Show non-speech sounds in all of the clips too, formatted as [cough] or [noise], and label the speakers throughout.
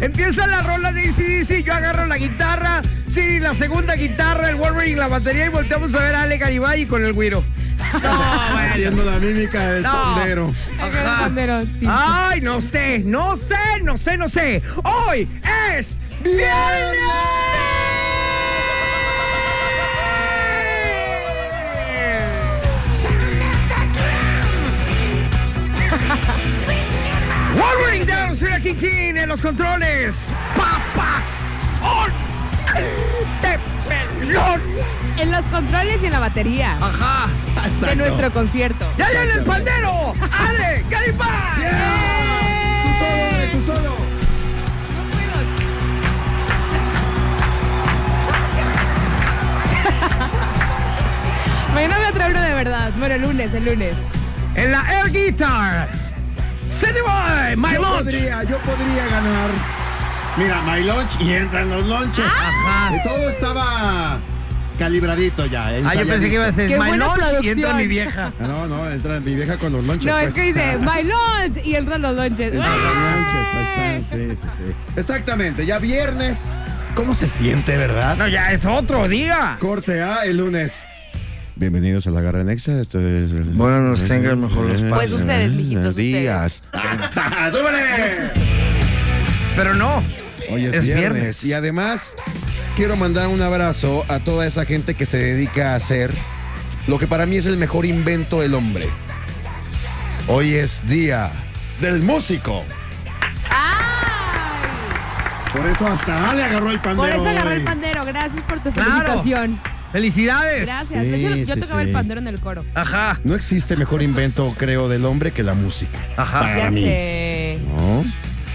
Speaker 1: empieza la rola de ACDC, yo agarro la guitarra, Siri la segunda guitarra, el Wolverine la batería y volteamos a ver a Ale Garibay con el güiro.
Speaker 2: No, haciendo la mímica del no. pandero.
Speaker 1: Ay, no sé, no sé, no sé, no sé. Hoy es viernes. Wolverine Down, soy King King en los controles. Papas. De pelón.
Speaker 3: En los controles y en la batería.
Speaker 1: Ajá.
Speaker 3: Exacto. De nuestro concierto.
Speaker 1: ¡Ya viene el pandero! ¡Ale! ¡Garipá!
Speaker 2: Yeah. Yeah. ¡Tú solo! ¡Tú solo!
Speaker 3: Mañana voy a traer uno de verdad. Bueno, el lunes, el lunes.
Speaker 1: En la Air Guitar. Boy, my
Speaker 2: yo
Speaker 1: lunch.
Speaker 2: Podría, yo podría ganar. Mira, my lunch y entran los lunches. Ajá. Todo estaba calibradito ya. ¿eh?
Speaker 1: Ah, yo pensé que iba a decir my lunch producción. y entra mi vieja.
Speaker 2: Ah, No, no, entra mi vieja con los lunches.
Speaker 3: No, pues. es que dice my lunch y entran los lunches.
Speaker 2: Entran los lunches, ahí están, sí, sí, sí. Exactamente, ya viernes. ¿Cómo se siente, verdad?
Speaker 1: No, ya es otro día.
Speaker 2: Corte A ¿eh? el lunes. Bienvenidos a la Garra Nexa. Esto es.
Speaker 4: Bueno, nos tengan mejor los
Speaker 3: padres. Pues ustedes, mijitos.
Speaker 2: días.
Speaker 1: Pero no.
Speaker 2: Hoy es, es viernes. viernes. Y además, quiero mandar un abrazo a toda esa gente que se dedica a hacer lo que para mí es el mejor invento del hombre. Hoy es día del músico.
Speaker 3: ¡Ay!
Speaker 2: Por eso hasta le agarró el pandero.
Speaker 3: Por eso agarró el pandero. Gracias por tu claro. felicitación.
Speaker 1: ¡Felicidades!
Speaker 3: Gracias. Sí, yo, yo sí, tocaba sí. el pandero en el coro.
Speaker 1: Ajá.
Speaker 2: No existe mejor invento, creo, del hombre que la música.
Speaker 1: Ajá.
Speaker 2: Para ya mí.
Speaker 3: Sé.
Speaker 2: ¿No?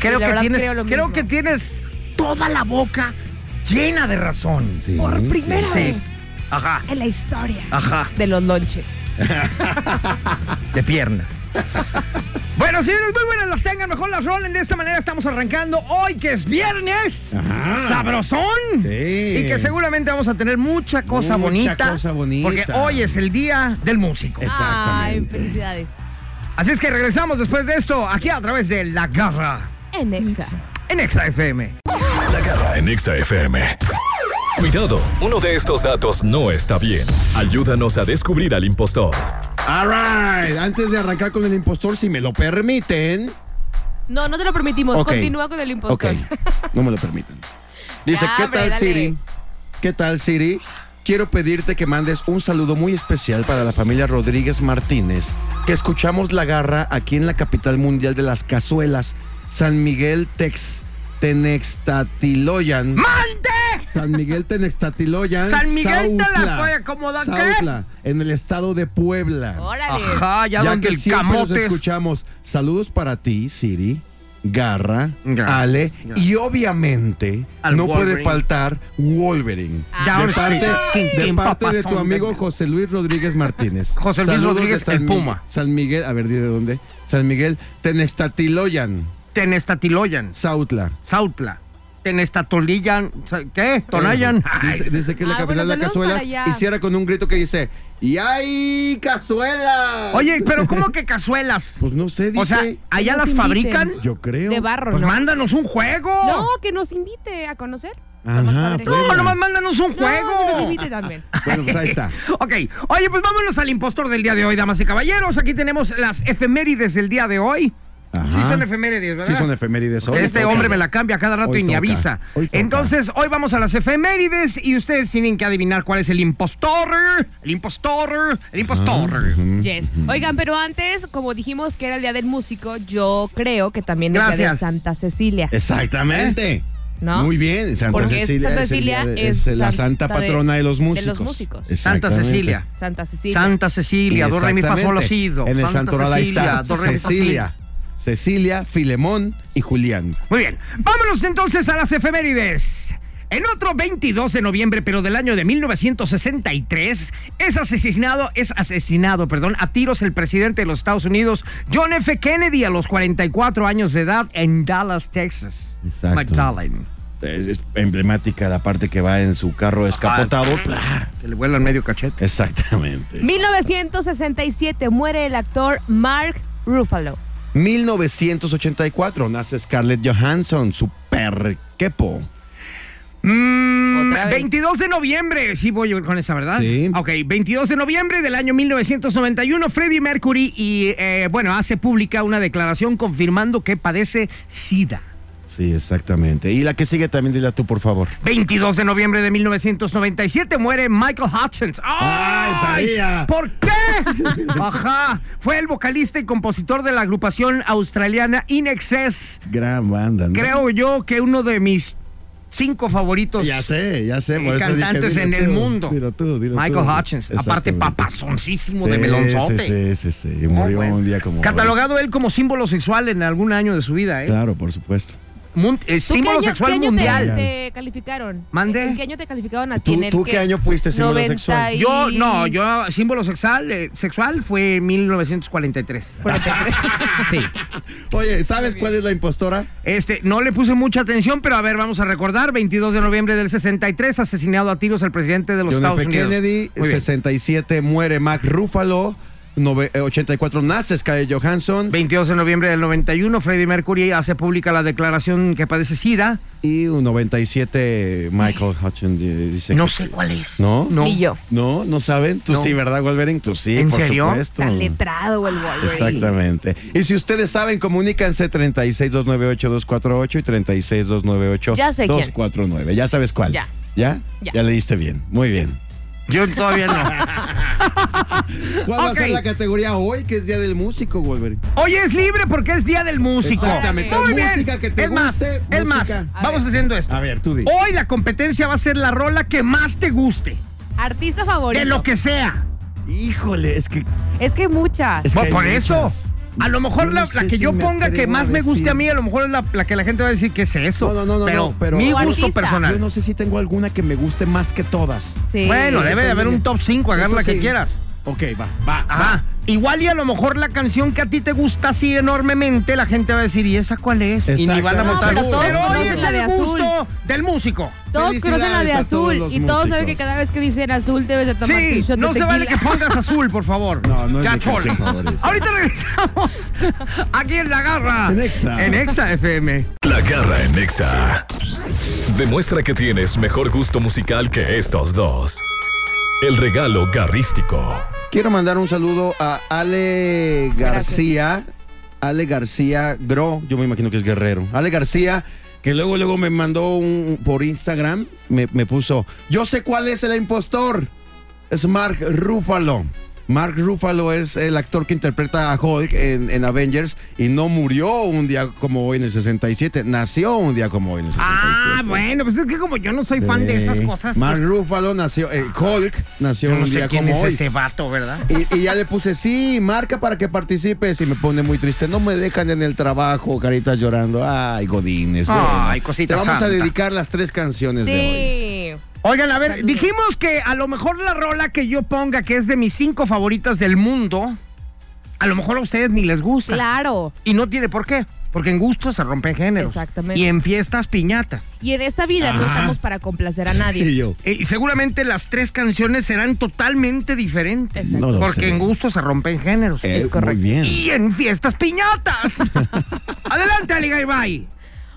Speaker 1: Creo, que tienes, creo, creo que tienes toda la boca llena de razón.
Speaker 3: Por primera vez.
Speaker 1: Ajá.
Speaker 3: En la historia.
Speaker 1: Ajá.
Speaker 3: De los lonches.
Speaker 1: de pierna. [laughs] Bueno, señores, muy buenas las tengan, mejor las rolen. De esta manera estamos arrancando hoy, que es viernes. Ajá. Sabrosón.
Speaker 2: Sí.
Speaker 1: Y que seguramente vamos a tener mucha cosa mucha bonita.
Speaker 2: cosa bonita. Eh.
Speaker 1: Porque hoy es el día del músico.
Speaker 2: Exactamente.
Speaker 3: Ay, felicidades.
Speaker 1: Así es que regresamos después de esto, aquí a través de La Garra.
Speaker 3: En Exa.
Speaker 1: En Exa FM.
Speaker 5: La Garra en Exa FM. Cuidado, uno de estos datos no está bien. Ayúdanos a descubrir al impostor.
Speaker 2: Alright, antes de arrancar con el impostor, si me lo permiten.
Speaker 3: No, no te lo permitimos. Okay. Continúa con el impostor.
Speaker 2: Ok, no me lo permiten. Dice, ya, ¿qué hombre, tal, dale. Siri? ¿Qué tal, Siri? Quiero pedirte que mandes un saludo muy especial para la familia Rodríguez Martínez, que escuchamos la garra aquí en la capital mundial de las cazuelas, San Miguel Tex, Tenextatiloyan.
Speaker 1: ¡Mande!
Speaker 2: San Miguel Tenextatiloyan.
Speaker 1: San Miguel Sautla, te la voy a acomodar,
Speaker 2: Sautla, en el estado de Puebla.
Speaker 3: Órale.
Speaker 1: Ajá, ya,
Speaker 2: ya
Speaker 1: donde
Speaker 2: que
Speaker 1: el camote.
Speaker 2: escuchamos. Saludos para ti, Siri. Garra,
Speaker 1: Garra.
Speaker 2: Ale y obviamente
Speaker 1: Al
Speaker 2: no puede
Speaker 1: Wolverine.
Speaker 2: faltar Wolverine.
Speaker 3: Ah,
Speaker 2: de parte,
Speaker 1: King,
Speaker 2: de,
Speaker 1: King,
Speaker 2: parte
Speaker 1: papá,
Speaker 2: de tu
Speaker 1: son-
Speaker 2: amigo José Luis Rodríguez Martínez.
Speaker 1: [laughs] José Luis
Speaker 2: Saludos
Speaker 1: Rodríguez,
Speaker 2: de San
Speaker 1: el
Speaker 2: Mi-
Speaker 1: Puma.
Speaker 2: San Miguel, a ver, di de dónde. San Miguel, Tenextatiloyan,
Speaker 1: Tenestatiloyan,
Speaker 2: Sautla.
Speaker 1: Sautla, Tenestatoliyan, Sa- ¿qué? Tonayan. Ay,
Speaker 2: Dice, dice que es la
Speaker 3: Ah,
Speaker 2: capital
Speaker 3: bueno,
Speaker 2: de la
Speaker 3: saludos para
Speaker 2: cazuela.
Speaker 3: allá.
Speaker 2: Hiciera con un grito que dice: ¡Y hay cazuela!
Speaker 1: Oye, pero ¿cómo que cazuelas?
Speaker 2: Pues no sé, dice.
Speaker 1: O sea, allá
Speaker 3: Que nos
Speaker 1: las
Speaker 3: inviten.
Speaker 1: fabrican.
Speaker 2: yo creo.
Speaker 3: De barro,
Speaker 1: Pues
Speaker 3: ¿no?
Speaker 1: mándanos un juego.
Speaker 3: No, que nos invite a conocer.
Speaker 2: Ajá,
Speaker 3: Está más padre.
Speaker 2: pues.
Speaker 1: No, nomás mándanos un juego.
Speaker 3: No, que nos invite
Speaker 2: [laughs]
Speaker 3: también.
Speaker 2: Bueno, pues ahí está.
Speaker 1: Ok, oye, pues vámonos al impostor del día de hoy, damas y caballeros. Aquí tenemos las efemérides del día de hoy.
Speaker 2: Ajá.
Speaker 1: [laughs] Sí son efemérides, ¿verdad?
Speaker 2: Sí son efemérides. Hoy
Speaker 1: Este
Speaker 2: toca.
Speaker 1: hombre me la cambia cada rato
Speaker 2: Hoy
Speaker 1: y ni
Speaker 2: toca.
Speaker 1: avisa.
Speaker 2: Hoy toca.
Speaker 1: Entonces, hoy vamos a las efemérides y ustedes tienen que adivinar cuál es el impostor. El impostor. El impostor.
Speaker 3: Yes. Oigan, pero antes, como dijimos que era el día del músico, yo creo que también es el día de
Speaker 1: Gracias.
Speaker 3: Santa Cecilia.
Speaker 1: ¿Eh?
Speaker 2: Exactamente.
Speaker 3: ¿no?
Speaker 2: Muy bien, Santa
Speaker 3: Porque es-
Speaker 2: Cecilia,
Speaker 3: Santa
Speaker 2: es, el día
Speaker 3: Cecilia
Speaker 2: de-
Speaker 3: es
Speaker 2: es la
Speaker 3: santa
Speaker 2: santa
Speaker 3: de-
Speaker 2: patrona de, los
Speaker 3: de los
Speaker 2: músicos.
Speaker 3: músicos.
Speaker 1: Santa
Speaker 2: Exactamente.
Speaker 1: Cecilia.
Speaker 3: Santa Cecilia.
Speaker 1: Santa Cecilia, do re mi fa sol la si, do.
Speaker 2: En el
Speaker 1: Santa
Speaker 2: santoral ahí
Speaker 1: Cecilia,
Speaker 2: está
Speaker 1: do, re, mi, fa, si.
Speaker 2: Cecilia, Cecilia, Filemón y Julián.
Speaker 1: Muy bien, vámonos entonces a las efemérides. En otro 22 de noviembre, pero del año de 1963, es asesinado, es asesinado, perdón, a tiros el presidente de los Estados Unidos, John F. Kennedy, a los 44 años de edad, en Dallas, Texas.
Speaker 2: Exacto.
Speaker 1: McAllen.
Speaker 2: Es es emblemática la parte que va en su carro
Speaker 1: Ah,
Speaker 2: descapotado. Pla.
Speaker 1: Se le vuela el medio cachete.
Speaker 2: Exactamente.
Speaker 3: 1967 muere el actor Mark Ruffalo.
Speaker 2: 1984 nace Scarlett Johansson, super quepo.
Speaker 1: Mm,
Speaker 3: Otra vez.
Speaker 1: 22 de noviembre, sí voy con esa, ¿verdad?
Speaker 2: Sí.
Speaker 1: Ok, 22 de noviembre del año 1991, Freddie Mercury y, eh, bueno, hace pública una declaración confirmando que padece SIDA.
Speaker 2: Sí, exactamente. Y la que sigue también dila tú, por favor.
Speaker 1: 22 de noviembre de 1997 muere Michael Hutchins. ¡Ay!
Speaker 2: sabía!
Speaker 1: ¿Por qué? [laughs] Ajá. Fue el vocalista y compositor de la agrupación australiana In Excess.
Speaker 2: Gran banda, ¿no?
Speaker 1: Creo yo que uno de mis cinco favoritos.
Speaker 2: Ya sé, ya sé.
Speaker 1: y
Speaker 2: por eso dije,
Speaker 1: cantantes
Speaker 2: dilo
Speaker 1: en el
Speaker 2: tú,
Speaker 1: mundo.
Speaker 2: dilo tú, dilo
Speaker 1: Michael
Speaker 2: tú.
Speaker 1: Hutchins. Aparte,
Speaker 2: Exactamente.
Speaker 1: papazoncísimo
Speaker 2: Sí,
Speaker 1: de melonzote.
Speaker 2: Sí, sí, sí. sí. Murió
Speaker 1: Oh, bueno.
Speaker 2: un día como. hoy.
Speaker 1: Catalogado él como símbolo sexual en algún año de su vida, ¿eh?
Speaker 2: Claro, por supuesto.
Speaker 1: Mun- eh,
Speaker 3: ¿Tú qué
Speaker 1: símbolo
Speaker 3: año-
Speaker 1: sexual
Speaker 3: qué año te-
Speaker 1: mundial.
Speaker 3: Te, calificaron?
Speaker 1: ¿Mande?
Speaker 3: ¿En qué año te calificaron a ti?
Speaker 2: ¿Tú,
Speaker 3: ¿En el
Speaker 2: tú qué año fuiste símbolo
Speaker 3: 90
Speaker 2: sexual?
Speaker 3: y-
Speaker 1: Yo, no, yo, símbolo sexual, eh, sexual fue 1943. [laughs] sí.
Speaker 2: Oye, ¿sabes cuál es la impostora?
Speaker 1: Este, no le puse mucha atención, pero a ver, vamos a recordar. 22 de noviembre del 63, asesinado a tiros el presidente de los
Speaker 2: John
Speaker 1: Estados
Speaker 2: F.
Speaker 1: Unidos.
Speaker 2: Kennedy,
Speaker 1: Muy bien.
Speaker 2: 67, muere Mac Ruffalo. nove- eh, 84 nace Sky Johansson
Speaker 1: 22 de noviembre del 91, Freddie Mercury hace pública la declaración que padece SIDA.
Speaker 2: y un 97 Michael Hutchins eh, dice
Speaker 1: No
Speaker 2: que-
Speaker 1: sé cuál es.
Speaker 2: ¿No?
Speaker 1: No.
Speaker 3: Ni yo.
Speaker 2: No, no saben. Tú
Speaker 1: No.
Speaker 2: sí, ¿verdad, Wolverine? Tú sí,
Speaker 1: ¿En
Speaker 2: por
Speaker 1: serio?
Speaker 2: supuesto.
Speaker 3: Tan letrado o el Wolverine.
Speaker 2: Exactamente. Y si ustedes saben, comunícanse 36298-248 y
Speaker 3: Ya sé quién.
Speaker 2: 36298-249. Ya sabes cuál.
Speaker 3: Ya.
Speaker 2: ¿Ya?
Speaker 3: Ya.
Speaker 2: Ya leíste bien. Muy bien.
Speaker 1: Yo todavía no.
Speaker 2: ¿Cuál va a
Speaker 1: Ok.
Speaker 2: ser la categoría hoy, que es Día del Músico, Wolverine?
Speaker 1: Hoy es libre porque es Día del Músico.
Speaker 2: Exactamente.
Speaker 1: Muy bien.
Speaker 2: Música que te
Speaker 1: es más,
Speaker 2: guste,
Speaker 1: es más,
Speaker 2: música.
Speaker 3: A
Speaker 1: vamos
Speaker 3: ver.
Speaker 1: haciendo esto.
Speaker 2: A ver, tú di.
Speaker 1: Hoy la competencia va a ser la rola que más te guste,
Speaker 3: Artista favorito.
Speaker 1: de lo que sea.
Speaker 2: Híjole, es que...
Speaker 3: Es que muchas.
Speaker 2: Es-
Speaker 1: Bueno,
Speaker 2: que
Speaker 1: por
Speaker 2: hay
Speaker 1: eso.
Speaker 2: muchas.
Speaker 1: A lo mejor
Speaker 2: Yo
Speaker 1: la,
Speaker 2: no sé
Speaker 1: la que
Speaker 2: si
Speaker 1: yo
Speaker 2: me
Speaker 1: ponga que
Speaker 2: atrevo a
Speaker 1: más me guste
Speaker 2: decir.
Speaker 1: a mí, a lo mejor es la, la que la gente va a decir, ¿qué es eso?
Speaker 2: No, no, no, no,
Speaker 1: pero,
Speaker 2: no, pero-
Speaker 1: mi
Speaker 3: O
Speaker 1: gusto
Speaker 3: artista.
Speaker 2: Yo
Speaker 1: personal.
Speaker 2: no sé si tengo alguna que me guste más que todas.
Speaker 3: Sí.
Speaker 1: Bueno, debe de haber un top 5, agarra
Speaker 2: Eso
Speaker 1: la
Speaker 2: sí.
Speaker 1: que quieras.
Speaker 2: Ok, va, va.
Speaker 1: Ajá. Igual y a lo mejor la canción que a ti te gusta así enormemente, la gente va a decir, ¿y esa cuál es? Y ni van a
Speaker 2: Exactamente.
Speaker 1: votar.
Speaker 2: No, pero todos
Speaker 1: pero hoy
Speaker 3: conocen
Speaker 1: es
Speaker 3: la de
Speaker 1: el
Speaker 3: azul.
Speaker 1: gusto del músico.
Speaker 3: Todos conocen la de
Speaker 2: Felicidades a todos
Speaker 3: azul
Speaker 2: los
Speaker 3: y todos saben que
Speaker 2: músicos.
Speaker 3: cada vez que dicen azul debes de tomar
Speaker 1: Sí, no se vale que pongas azul, por favor.
Speaker 2: No, no es
Speaker 1: Ya,
Speaker 2: mi canción
Speaker 1: chole.
Speaker 2: favorita.
Speaker 1: Ahorita regresamos. [laughs] Aquí en La Garra.
Speaker 2: En Exa.
Speaker 1: En Exa FM.
Speaker 5: La garra en Nexa. Demuestra que tienes mejor gusto musical que estos dos. El regalo garrístico.
Speaker 2: Quiero mandar un saludo a Ale García. Ale García Gro, yo me imagino que es guerrero. Ale García, que luego, luego me mandó un por Instagram, me, me puso, yo sé cuál es el impostor. Es Mark Ruffalo. Mark Ruffalo es el actor que interpreta a Hulk en, en Avengers y no murió un día como hoy en el 67, nació un día como hoy en el 67.
Speaker 1: Ah, bueno, pues es que como yo no soy fan de esas
Speaker 2: Sí.
Speaker 1: cosas.
Speaker 2: Mark
Speaker 1: pues,
Speaker 2: Ruffalo nació, eh, Hulk nació
Speaker 1: yo
Speaker 2: un
Speaker 1: no sé
Speaker 2: día
Speaker 1: quién
Speaker 2: como
Speaker 1: es
Speaker 2: hoy.
Speaker 1: ese vato, ¿verdad?
Speaker 2: Y, y ya le puse, sí, marca para que participes. Y me pone muy triste. No me dejan en el trabajo, caritas llorando. Ay, Godines.
Speaker 1: Ay,
Speaker 2: Te
Speaker 1: cosita
Speaker 2: vamos a
Speaker 1: santa.
Speaker 2: dedicar las tres canciones de hoy.
Speaker 3: Sí.
Speaker 1: Oigan, a ver,
Speaker 3: Saludos.
Speaker 1: dijimos que a lo mejor la rola que yo ponga, que es de mis cinco favoritas del mundo, a lo mejor a ustedes ni les gusta.
Speaker 3: Claro.
Speaker 1: Y no tiene por qué, porque en gusto se rompen géneros.
Speaker 3: Exactamente.
Speaker 1: Y en fiestas, piñatas.
Speaker 3: Y en esta vida no
Speaker 1: Ajá.
Speaker 3: estamos para complacer a
Speaker 2: Y
Speaker 3: nadie.
Speaker 2: yo.
Speaker 1: Eh, Y seguramente las tres canciones serán totalmente diferentes.
Speaker 3: Exacto.
Speaker 2: No lo
Speaker 1: porque
Speaker 2: sé.
Speaker 1: en gusto se rompen géneros.
Speaker 2: eh,
Speaker 3: es correcto.
Speaker 2: Muy bien.
Speaker 1: Y en fiestas, piñatas. [laughs] Adelante, Aligaibay.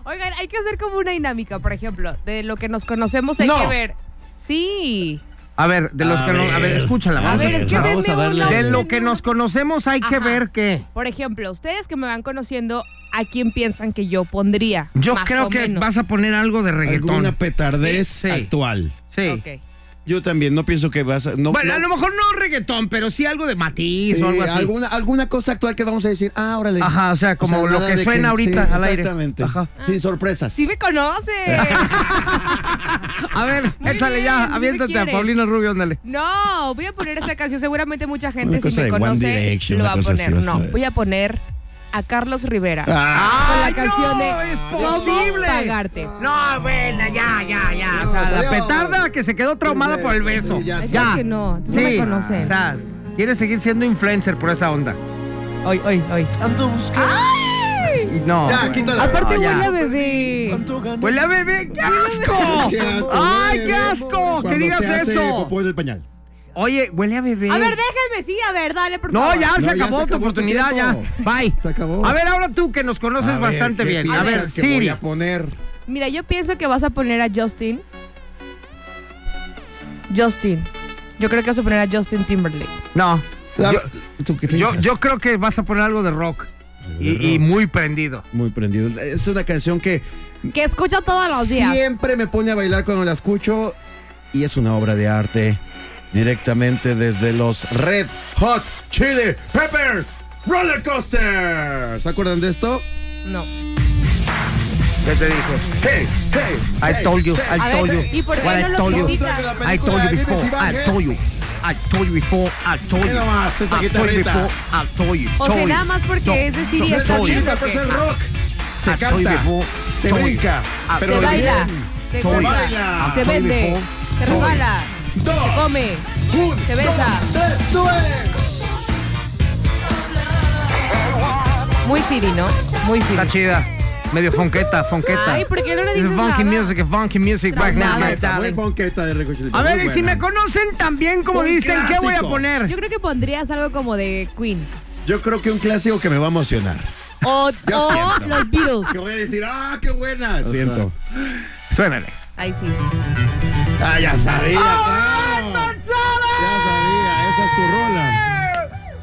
Speaker 3: Oigan, hay que hacer como una dinámica, por ejemplo, de lo que nos conocemos hay
Speaker 1: No.
Speaker 3: que ver. Sí.
Speaker 1: A ver, de los
Speaker 2: A
Speaker 1: que no. A ver,
Speaker 2: ver.
Speaker 1: escúchala,
Speaker 2: A
Speaker 1: vamos a,
Speaker 3: ver, es que
Speaker 1: escucharla.
Speaker 2: vamos a
Speaker 3: denme
Speaker 2: darle-
Speaker 3: una-
Speaker 1: De lo que nos conocemos hay que
Speaker 3: Ajá.
Speaker 1: ver que.
Speaker 3: Por ejemplo, ustedes que me van conociendo, ¿a quién piensan que yo pondría?
Speaker 1: Yo
Speaker 3: Más
Speaker 1: creo
Speaker 3: o
Speaker 1: que
Speaker 3: menos.
Speaker 1: vas a poner algo de reggaetón.
Speaker 2: Alguna petardez
Speaker 1: Sí, sí.
Speaker 2: actual.
Speaker 1: Sí.
Speaker 3: Ok.
Speaker 2: Yo también no pienso que vas a. No,
Speaker 1: Bueno,
Speaker 2: no-
Speaker 1: a lo mejor no reggaetón, pero sí algo de matiz
Speaker 2: Sí,
Speaker 1: o algo así.
Speaker 2: alguna, alguna cosa actual que vamos a decir. Ah, órale.
Speaker 1: Ajá, o sea, como lo
Speaker 2: nada
Speaker 1: que
Speaker 2: de
Speaker 1: suena ahorita
Speaker 2: sí,
Speaker 1: al aire.
Speaker 2: Exactamente.
Speaker 1: Ajá.
Speaker 2: Sin sorpresas.
Speaker 3: Sí me conoces.
Speaker 1: [laughs] A ver,
Speaker 3: Muy
Speaker 1: échale
Speaker 3: bien,
Speaker 1: ya,
Speaker 3: ¿sí me
Speaker 1: aviéntate a
Speaker 3: quieren?
Speaker 1: Paulina Rubio, ándale.
Speaker 3: no, voy a poner esta canción. Seguramente mucha gente,
Speaker 2: Una
Speaker 3: si
Speaker 2: cosa
Speaker 3: me
Speaker 2: de One
Speaker 3: conoce,
Speaker 2: Direction,
Speaker 3: lo
Speaker 2: una
Speaker 3: va a
Speaker 2: cosa
Speaker 3: poner.
Speaker 2: así, vas a
Speaker 3: no,
Speaker 2: ver.
Speaker 3: voy a poner a Carlos Rivera.
Speaker 2: Ah.
Speaker 3: Con la canción de
Speaker 1: ¡No es
Speaker 3: ¿Cómo
Speaker 1: posible!
Speaker 3: pagarte?
Speaker 1: No, bueno, ya, ya, ya.
Speaker 2: No,
Speaker 1: o sea, la
Speaker 2: adiós.
Speaker 1: petarda que se quedó traumada por el beso.
Speaker 2: Sí, ya Ah,
Speaker 1: ya.
Speaker 2: sé.
Speaker 3: Claro que no, no me conocen.
Speaker 1: O sea, quiere seguir siendo influencer por esa onda.
Speaker 3: Hoy, hoy, hoy.
Speaker 6: Ando buscando
Speaker 1: Y No.
Speaker 2: Ah, Ya,
Speaker 1: bueno.
Speaker 2: quítala.
Speaker 3: Aparte
Speaker 1: ya.
Speaker 3: huele a bebé.
Speaker 6: tanto gané.
Speaker 1: ¡Huele a Pues bebé! ¡Qué asco!
Speaker 2: Qué asco,
Speaker 1: ¡Ay,
Speaker 2: güey.
Speaker 1: qué asco! ¡Que
Speaker 2: Cuando
Speaker 1: digas
Speaker 2: se hace
Speaker 1: eso!
Speaker 2: popó en el pañal.
Speaker 1: Oye, huele a bebé.
Speaker 3: A ver, déjenme, sí, a ver, dale, por
Speaker 1: No,
Speaker 3: favor.
Speaker 1: ya,
Speaker 2: No,
Speaker 1: se
Speaker 2: ya
Speaker 1: acabó
Speaker 2: se
Speaker 1: tu
Speaker 2: acabó tu
Speaker 1: oportunidad, ya.
Speaker 2: tiempo.
Speaker 1: Bye.
Speaker 2: Se acabó.
Speaker 1: A ver, ahora tú que nos conoces
Speaker 2: A ver,
Speaker 1: bastante
Speaker 2: ¿qué
Speaker 1: bien. A
Speaker 2: piensas
Speaker 1: ver,
Speaker 2: que
Speaker 1: Siri.
Speaker 2: Voy a poner.
Speaker 3: Mira, yo pienso que vas a poner a Justin. Justin. Yo creo que vas a poner a Justin Timberlake.
Speaker 1: No.
Speaker 2: La-
Speaker 1: Yo-
Speaker 2: ¿Tú qué
Speaker 1: Yo,
Speaker 2: piensas?
Speaker 1: yo creo que vas a poner algo de rock. Y, y muy prendido.
Speaker 2: Muy prendido. Es una canción que
Speaker 3: Que escucho todos los días.
Speaker 2: siempre me pone a bailar cuando la escucho y es una obra de arte directamente desde los Red Hot Chili Peppers Roller Coaster. ¿Se acuerdan de esto?
Speaker 3: No.
Speaker 1: ¿Qué te dije?
Speaker 2: Hey, hey,
Speaker 1: I
Speaker 2: hey,
Speaker 1: told you,
Speaker 2: hey.
Speaker 1: I
Speaker 3: A
Speaker 1: told you.
Speaker 3: ver, ¿y por qué
Speaker 1: what
Speaker 3: no
Speaker 1: I
Speaker 3: lo
Speaker 1: told you.
Speaker 3: criticas?
Speaker 1: I told you before. I told you. I told you before. I told you.
Speaker 2: Mira ¿eh? nomás, esa
Speaker 1: I told you
Speaker 2: guitarrita.
Speaker 1: before. I told you.
Speaker 3: O
Speaker 1: told
Speaker 3: sea,
Speaker 1: you.
Speaker 3: nada más porque
Speaker 1: No,
Speaker 3: es de Siri
Speaker 1: no,
Speaker 3: está
Speaker 1: told you.
Speaker 3: bien.
Speaker 2: Chili Peppers es rock. Se
Speaker 1: I told you
Speaker 2: canta,
Speaker 1: before.
Speaker 2: se
Speaker 1: Told you.
Speaker 2: brinca,
Speaker 1: I
Speaker 2: pero
Speaker 1: told
Speaker 3: Se
Speaker 1: you.
Speaker 3: baila. Se
Speaker 1: Soy.
Speaker 3: compra,
Speaker 2: Baila.
Speaker 3: Se
Speaker 1: Soy
Speaker 3: vende.
Speaker 1: before.
Speaker 3: Se
Speaker 2: Soy.
Speaker 3: regala. Se
Speaker 2: Dos,
Speaker 3: come.
Speaker 2: un,
Speaker 3: Se besa.
Speaker 2: dos, tres, sube.
Speaker 3: Muy Siri, ¿no? Muy Siri.
Speaker 1: Está chida. Medio fonqueta, fonqueta.
Speaker 3: Ay, ¿por qué no le
Speaker 1: It's
Speaker 3: dices
Speaker 1: funky
Speaker 3: nada?
Speaker 1: music, funky music. Right now,
Speaker 3: Traumada.
Speaker 1: my darling.
Speaker 2: Muy ponqueta de Red Hot Chili
Speaker 1: Ah, A
Speaker 2: Peppers,
Speaker 1: ver, y
Speaker 2: muy
Speaker 1: si me
Speaker 2: buena.
Speaker 1: conocen también, como
Speaker 2: Un
Speaker 1: dicen, ¿qué voy a
Speaker 2: clásico.
Speaker 3: Yo
Speaker 1: poner?
Speaker 3: creo que pondrías algo como de Queen.
Speaker 2: Yo creo que un clásico que me va a emocionar.
Speaker 3: O,
Speaker 2: Ya
Speaker 3: o
Speaker 2: siento.
Speaker 3: los Beatles.
Speaker 2: Que voy a decir, ah, qué buena. Siento.
Speaker 1: Suénale.
Speaker 3: Ahí sí. Oh,
Speaker 2: Ah, ya sabía. claro. Ya sabía, esa es tu rola.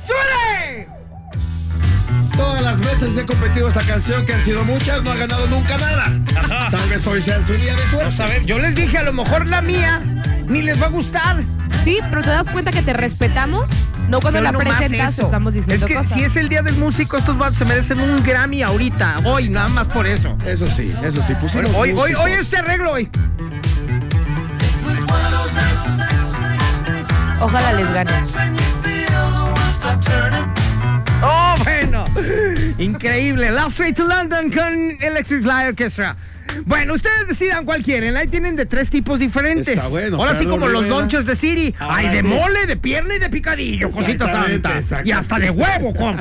Speaker 1: ¡Suene!
Speaker 2: Todas las veces he competido esta canción, que han sido muchas, no ha ganado
Speaker 1: [laughs]
Speaker 2: nunca nada. Tal vez hoy sea su día de fuerza.
Speaker 1: A ver, yo les dije, a lo mejor la mía ni les va a gustar.
Speaker 3: Sí, pero te das cuenta que te respetamos. No cuando
Speaker 1: Pero
Speaker 3: la
Speaker 1: no más
Speaker 3: presentas
Speaker 1: eso.
Speaker 3: estamos diciendo
Speaker 1: Es que
Speaker 3: cosas.
Speaker 1: si es el día del músico, estos vatos se merecen un Grammy ahorita, hoy, nada más por eso.
Speaker 2: Eso sí, eso sí, pusimos
Speaker 1: Hoy, hoy,
Speaker 2: músicos.
Speaker 1: hoy este arreglo hoy.
Speaker 3: Ojalá les gane.
Speaker 1: Oh, bueno. Increíble. Last Straight to London con Electric Light Orchestra. Bueno, ustedes decidan cuál quieren. Ahí tienen de tres tipos diferentes.
Speaker 2: Está bueno,
Speaker 1: Ahora sí
Speaker 2: Carlos
Speaker 1: como los
Speaker 2: Rivera.
Speaker 1: lonches de Siri.
Speaker 2: Ahora
Speaker 1: Hay de
Speaker 2: Ah, sí.
Speaker 1: mole, de pierna y de picadillo, cosita
Speaker 2: Exactamente,
Speaker 1: santa.
Speaker 2: exactamente.
Speaker 1: Y hasta de huevo,
Speaker 2: [laughs]
Speaker 1: con. ¿Eh?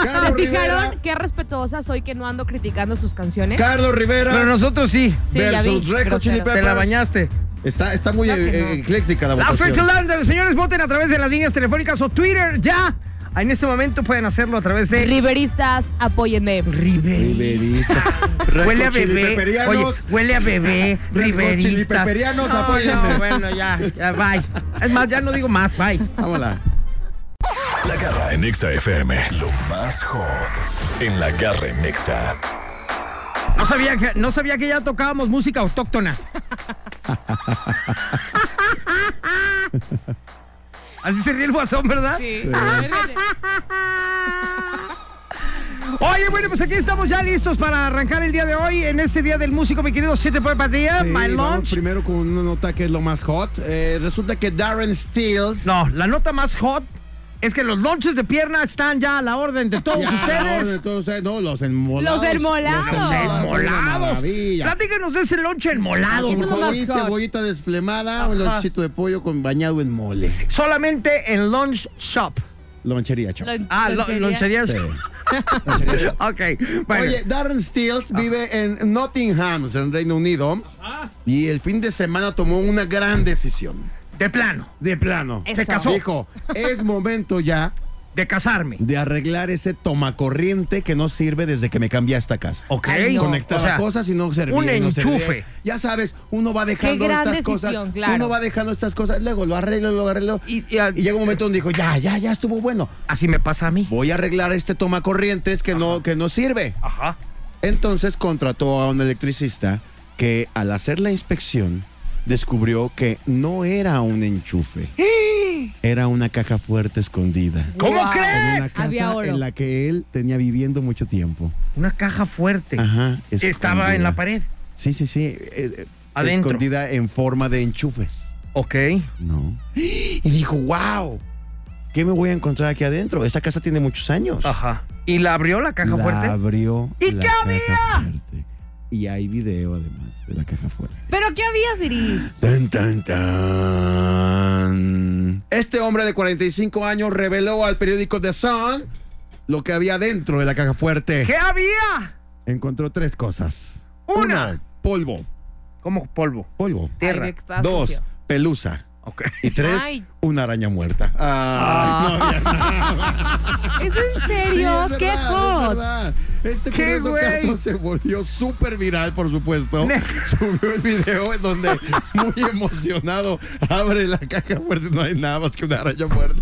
Speaker 3: ¿Se
Speaker 2: Carlos Rivera,
Speaker 3: fijaron qué respetuosa soy que no ando criticando sus canciones?
Speaker 2: Carlos Rivera
Speaker 1: Pero nosotros sí.
Speaker 3: Sí, ya vi.
Speaker 2: versus Red Hot Chili
Speaker 3: grosero.
Speaker 1: Te la
Speaker 2: Peppers.
Speaker 1: bañaste.
Speaker 2: Está, está muy
Speaker 3: Claro que
Speaker 2: eh,
Speaker 3: no.
Speaker 2: ecléctica la
Speaker 1: Last Straight to
Speaker 2: votación.
Speaker 1: London. Señores, voten a través de las líneas telefónicas o Twitter ya. En este momento pueden hacerlo a través de
Speaker 3: Riveristas, apóyenme.
Speaker 1: Rivera.
Speaker 2: Riverista. Red
Speaker 1: [laughs]
Speaker 2: Hot
Speaker 1: Huele a
Speaker 2: Chili
Speaker 1: bebé.
Speaker 2: Pepperianos.
Speaker 1: Oye, huele a bebé,
Speaker 2: Red Hot Chili
Speaker 1: riverista.
Speaker 2: Pepperianos,
Speaker 1: No,
Speaker 2: apóyenme.
Speaker 1: no, bueno, ya, ya, bye. Es más, ya no digo más, bye.
Speaker 2: Vámonos.
Speaker 5: La garra en Exa FM. Lo más hot en la garra en Exa.
Speaker 1: No sabía que, no sabía que ya tocábamos música autóctona. Así se ríe el guasón, ¿verdad?
Speaker 3: Sí.
Speaker 1: Oye, bueno, pues aquí estamos ya listos para arrancar el día de hoy. En este día del músico, mi querido Siete por Patria,
Speaker 2: Sí,
Speaker 1: My
Speaker 2: vamos
Speaker 1: Lunch.
Speaker 2: primero con una nota que es lo más hot. Eh, resulta que Darren Steels.
Speaker 1: No, la nota más hot es que los lonches de pierna están ya a la orden
Speaker 2: [laughs]
Speaker 1: de todos
Speaker 2: Ya,
Speaker 1: ustedes.
Speaker 2: no, de todos ustedes, no, los enmolados.
Speaker 3: Los enmolados.
Speaker 2: Los enmolados. son una
Speaker 1: Enmolados.
Speaker 2: maravilla.
Speaker 1: Platícanos de ese lonche enmolado.
Speaker 3: Eso
Speaker 1: por
Speaker 3: es lo
Speaker 1: favor.
Speaker 3: más
Speaker 2: Hoy
Speaker 3: hot.
Speaker 2: cebollita desflemada, un
Speaker 1: Ajá.
Speaker 2: lonchito de pollo con bañado en mole.
Speaker 1: Solamente en Lunch Shop.
Speaker 2: Lonchería, chaval.
Speaker 1: Ah, lo- loncherías.
Speaker 2: Sí.
Speaker 1: [laughs] Ok. Bueno.
Speaker 2: Oye, Darren Stills vive en Nottingham, en Reino Unido. Y el fin de semana tomó una gran decisión.
Speaker 1: de plano,
Speaker 2: De plano.
Speaker 3: Eso.
Speaker 1: Se casó.
Speaker 2: Dijo, es momento ya
Speaker 1: de casarme.
Speaker 2: de arreglar ese tomacorriente que no sirve desde que me cambié a esta casa.
Speaker 1: Ok.
Speaker 3: Ay, no.
Speaker 2: Conectaba
Speaker 1: O sea,
Speaker 2: cosas y no servía.
Speaker 1: un
Speaker 2: y no servía.
Speaker 1: enchufe.
Speaker 2: Ya sabes, uno va dejando
Speaker 3: gran
Speaker 2: estas
Speaker 3: decisión,
Speaker 2: cosas.
Speaker 3: claro.
Speaker 2: Uno va dejando estas cosas, luego lo arreglo, lo arreglo.
Speaker 1: Y-
Speaker 2: Y,
Speaker 1: y al-
Speaker 2: llega un momento donde dijo, ya, ya, ya estuvo bueno.
Speaker 1: Así me pasa a mí.
Speaker 2: Voy a arreglar este tomacorrientes que no, que no sirve.
Speaker 1: Ajá.
Speaker 2: Entonces contrató a un electricista que al hacer la inspección descubrió que no era un enchufe. Era una caja fuerte escondida.
Speaker 1: ¿Cómo
Speaker 3: Wow.
Speaker 2: En
Speaker 1: crees?
Speaker 2: una
Speaker 3: Había
Speaker 2: casa
Speaker 3: oro.
Speaker 2: en la que él tenía viviendo mucho tiempo.
Speaker 1: Una caja fuerte.
Speaker 2: Ajá.
Speaker 1: Estaba en
Speaker 2: escondida.
Speaker 1: la pared.
Speaker 2: Sí, sí, sí. eh, eh,
Speaker 1: Adentro.
Speaker 2: Escondida en forma de enchufes.
Speaker 1: Ok.
Speaker 2: No. Y dijo, wow, ¿qué me voy a encontrar aquí adentro? Esta casa tiene muchos años.
Speaker 1: Ajá. ¿Y la abrió Ah, la caja
Speaker 2: la
Speaker 1: fuerte?
Speaker 2: abrió.
Speaker 1: ¿Y
Speaker 2: la
Speaker 1: qué
Speaker 2: caja
Speaker 1: había?
Speaker 2: fuerte. Y hay video además de la caja fuerte.
Speaker 3: ¿Pero qué había, Siri?
Speaker 2: Tan, tan, tan. Este hombre de 45 años reveló al periódico The Sun lo que había dentro de la caja fuerte.
Speaker 1: ¿Qué había?
Speaker 2: Encontró tres cosas.
Speaker 1: Una.
Speaker 2: polvo.
Speaker 1: Como polvo.
Speaker 2: Polvo.
Speaker 1: Tierra.
Speaker 3: Ay, que está
Speaker 2: Dos,
Speaker 3: sucio.
Speaker 2: pelusa.
Speaker 1: Ok.
Speaker 2: Y tres,
Speaker 3: Ay.
Speaker 2: una araña muerta. Ah, no, ya.
Speaker 3: ¿Es en
Speaker 2: Sí, es
Speaker 3: serio? ¡Qué
Speaker 2: verdad, es
Speaker 3: hot!
Speaker 2: verdad. Este
Speaker 1: Qué
Speaker 2: curioso
Speaker 1: güey.
Speaker 2: caso se volvió súper viral, por supuesto.
Speaker 1: Ne-
Speaker 2: Subió el video
Speaker 3: [laughs]
Speaker 2: en donde, muy emocionado, abre la caja fuerte, no hay nada más que una araña muerta.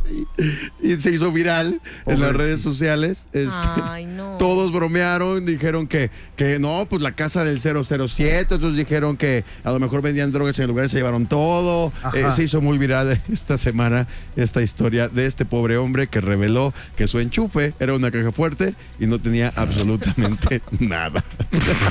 Speaker 2: Y, y se hizo viral en las
Speaker 1: Pobrecito.
Speaker 2: redes sociales. Este,
Speaker 3: Ay, no.
Speaker 2: Todos bromearon, dijeron que, que no, pues la casa del 007, otros dijeron que a lo mejor vendían drogas en el lugar y se llevaron todo.
Speaker 1: Ajá.
Speaker 2: Eh, se hizo muy viral [laughs] esta semana esta historia de este pobre hombre que reveló que su enchufe era una caja fuerte y no tenía absolutamente nada.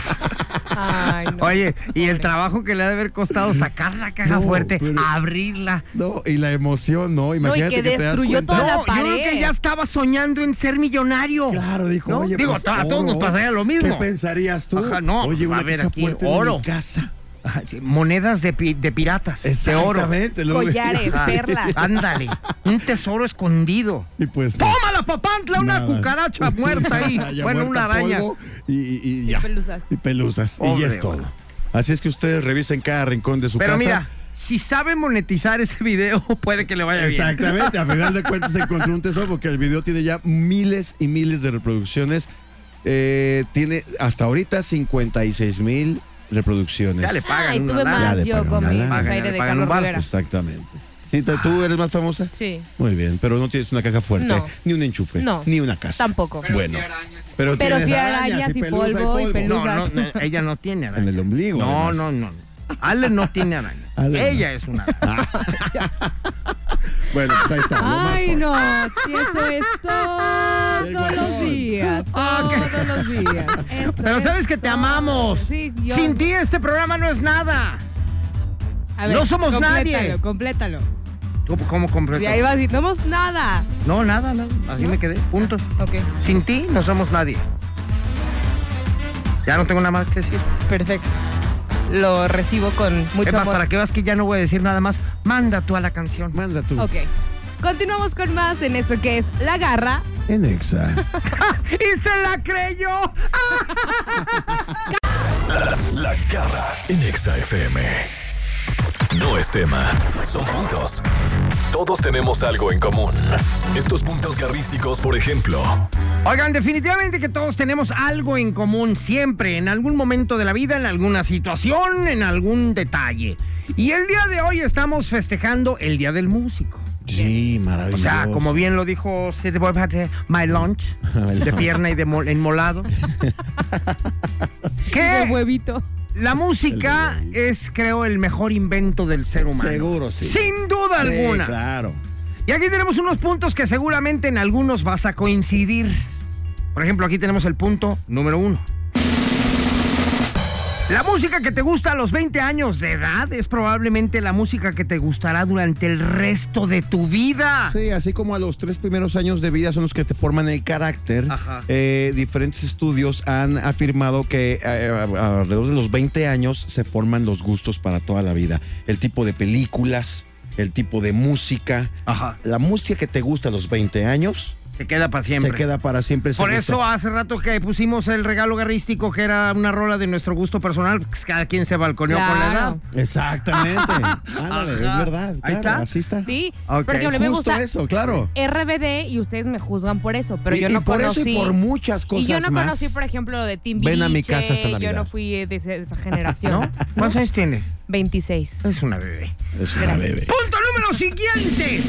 Speaker 2: [laughs]
Speaker 3: Ay, no.
Speaker 1: Oye, y el trabajo que le ha de haber costado sacar la caja
Speaker 2: No,
Speaker 1: fuerte,
Speaker 2: pero-
Speaker 1: abrirla.
Speaker 2: No, y la emoción, ¿no? Imagínate
Speaker 3: que
Speaker 2: te das
Speaker 3: destruyó
Speaker 2: cuenta.
Speaker 3: toda la
Speaker 1: No, yo creo
Speaker 3: pared.
Speaker 1: que ya estaba soñando en ser millonario.
Speaker 2: Claro, dijo,
Speaker 1: ¿No?
Speaker 2: oye,
Speaker 1: Digo,
Speaker 2: pues,
Speaker 1: a todos nos
Speaker 2: oro.
Speaker 1: pasaría lo
Speaker 2: ¿Qué
Speaker 1: mismo.
Speaker 2: pensarías tú?
Speaker 1: Ajá, no,
Speaker 2: oye,
Speaker 1: va a
Speaker 2: una
Speaker 1: haber
Speaker 2: caja
Speaker 1: aquí
Speaker 2: fuerte
Speaker 1: oro.
Speaker 2: en mi casa.
Speaker 1: Ah, sí, Monedas de, pi- de piratas, de oro.
Speaker 2: Exactamente, lo-
Speaker 3: Collares,
Speaker 1: Ah,
Speaker 3: perlas.
Speaker 1: Ándale, un tesoro escondido.
Speaker 2: [laughs] Y pues no.
Speaker 1: tómala, papantla, una
Speaker 2: Nada.
Speaker 1: cucaracha muerta
Speaker 2: [laughs]
Speaker 1: ahí.
Speaker 2: Araña
Speaker 1: bueno,
Speaker 2: muerta,
Speaker 1: una araña.
Speaker 2: polvo Y, y- y ya.
Speaker 3: pelusas.
Speaker 2: Y pelusas. y
Speaker 1: Hombre,
Speaker 2: ya es todo.
Speaker 1: bueno.
Speaker 2: Así es que ustedes revisen cada rincón de su
Speaker 1: Pero
Speaker 2: casa.
Speaker 1: mira, si sabe monetizar ese video, [laughs] puede que le vaya bien.
Speaker 2: Exactamente, a final de cuentas encontró un tesoro porque el video tiene ya miles y miles de reproducciones. Eh, tiene hasta ahorita 56 mil reproducciones.
Speaker 1: Ya le pagan
Speaker 3: Ay,
Speaker 1: una
Speaker 3: tuve
Speaker 1: lana.
Speaker 2: Ya
Speaker 3: más
Speaker 2: le
Speaker 3: yo
Speaker 2: pagan
Speaker 3: con
Speaker 2: una
Speaker 3: mi
Speaker 2: lana.
Speaker 3: aire
Speaker 1: Le
Speaker 3: de
Speaker 1: pagan un
Speaker 3: Carlos
Speaker 1: bar.
Speaker 3: Rivera.
Speaker 2: Exactamente. Sí, te- ¿Tú eres más famosa?
Speaker 3: Sí.
Speaker 2: Muy bien, pero no tienes una caja fuerte,
Speaker 3: No.
Speaker 2: ni un enchufe,
Speaker 3: No.
Speaker 2: Pues, ni una casa.
Speaker 3: Tampoco. Pero
Speaker 2: bueno, pero,
Speaker 3: Pero
Speaker 2: tienes
Speaker 3: sí arañas y
Speaker 2: pelusa
Speaker 3: polvo y pelu-
Speaker 1: No, no,
Speaker 3: Pelusas.
Speaker 1: no, ella no tiene araña.
Speaker 2: En el ombligo,
Speaker 1: No,
Speaker 2: además.
Speaker 1: no, no, no. Ale no tiene araña.
Speaker 2: [laughs] Ale
Speaker 1: ella
Speaker 2: no. Ah.
Speaker 1: es una araña.
Speaker 2: Bueno, pues ahí está. lo más
Speaker 3: Ay,
Speaker 2: fuerte.
Speaker 3: no. si Esto es todos los
Speaker 2: guasón.
Speaker 3: días. Todos los días. Esto
Speaker 1: Ah, [laughs] Pero
Speaker 3: es
Speaker 1: sabes que te
Speaker 3: todo-
Speaker 1: amamos.
Speaker 3: Sí, yo.
Speaker 1: Sin ti este programa no es nada.
Speaker 3: A
Speaker 1: no somos
Speaker 3: complétalo,
Speaker 1: nadie.
Speaker 3: Complétalo.
Speaker 1: ¿Tú cómo completo?
Speaker 3: Y ahí vas a decir, no somos nada.
Speaker 1: No, nada, nada. Así me quedé. Punto.
Speaker 3: Ok,
Speaker 1: Sin ti no somos nadie. Ya no tengo nada más que decir.
Speaker 3: perfecto. Lo recibo con mucho
Speaker 1: es más,
Speaker 3: amor.
Speaker 1: para que veas que ya no voy a decir nada más, manda tú a la canción.
Speaker 2: Manda tú.
Speaker 3: Ok. Continuamos con más en esto que es La Garra.
Speaker 2: En Exa.
Speaker 1: ¡Y se la creyó!
Speaker 5: La garra en Exa FM. No es tema, son puntos. Todos tenemos algo en común. Estos puntos garrísticos, por ejemplo.
Speaker 1: Oigan, definitivamente que todos tenemos algo en común siempre, en algún momento de la vida, en alguna situación, en algún detalle. Y el día de hoy estamos festejando el Día del Músico.
Speaker 2: Sí,
Speaker 1: O
Speaker 2: maravilloso.
Speaker 1: sea, como bien lo dijo Sid Wolfhard, eh, [laughs] My Lunch, de pierna y de mol- [laughs] enmolado.
Speaker 3: De
Speaker 1: que
Speaker 3: huevito.
Speaker 1: la música
Speaker 2: El huevito.
Speaker 1: es, creo, el mejor invento del ser humano.
Speaker 2: Seguro sí.
Speaker 1: Sin duda
Speaker 2: Sí,
Speaker 1: alguna.
Speaker 2: claro.
Speaker 1: Y aquí tenemos unos puntos que seguramente en algunos vas a coincidir. Por ejemplo, aquí tenemos el punto número uno. La música que te gusta a los 20 años de edad es probablemente la música que te gustará durante el resto de tu vida.
Speaker 2: Sí, así como a los tres primeros años de vida son los que te forman el carácter,
Speaker 1: Ajá.
Speaker 2: eh, diferentes estudios han afirmado que eh, a- a- alrededor de los 20 años se forman los gustos para toda la vida. El tipo de películas, el tipo de música.
Speaker 1: Ajá.
Speaker 2: La música que te gusta a los 20 años
Speaker 1: Se queda para siempre.
Speaker 2: se queda para siempre. ese
Speaker 1: Por
Speaker 2: gusto.
Speaker 1: eso hace rato que pusimos el regalo garrístico, que era una rola de nuestro gusto personal, pues, cada quien se balconeó con la edad.
Speaker 3: Claro.
Speaker 2: Exactamente. Ándale,
Speaker 1: [laughs]
Speaker 2: es
Speaker 1: Ajá.
Speaker 2: verdad.
Speaker 1: Ahí
Speaker 2: claro,
Speaker 1: está.
Speaker 2: Así está.
Speaker 3: Sí,
Speaker 1: Ok.
Speaker 3: por ejemplo, me
Speaker 2: Justo
Speaker 3: gusta
Speaker 2: eso, claro.
Speaker 3: RBD y ustedes me juzgan por eso, pero
Speaker 2: y,
Speaker 3: yo
Speaker 2: y
Speaker 3: no
Speaker 2: por
Speaker 3: conocí.
Speaker 2: eso y por muchas cosas
Speaker 3: Y yo no
Speaker 2: más.
Speaker 3: conocí, por ejemplo, lo de Timbiriche.
Speaker 2: Ven a mi casa esta
Speaker 3: Yo
Speaker 2: Navidad.
Speaker 3: no fui eh, de esa- de esa generación.
Speaker 2: [laughs]
Speaker 1: ¿No? ¿Cuántos años tienes?
Speaker 3: 26.
Speaker 1: Es una bebé.
Speaker 2: Es una bebé.
Speaker 1: Punto número siguiente.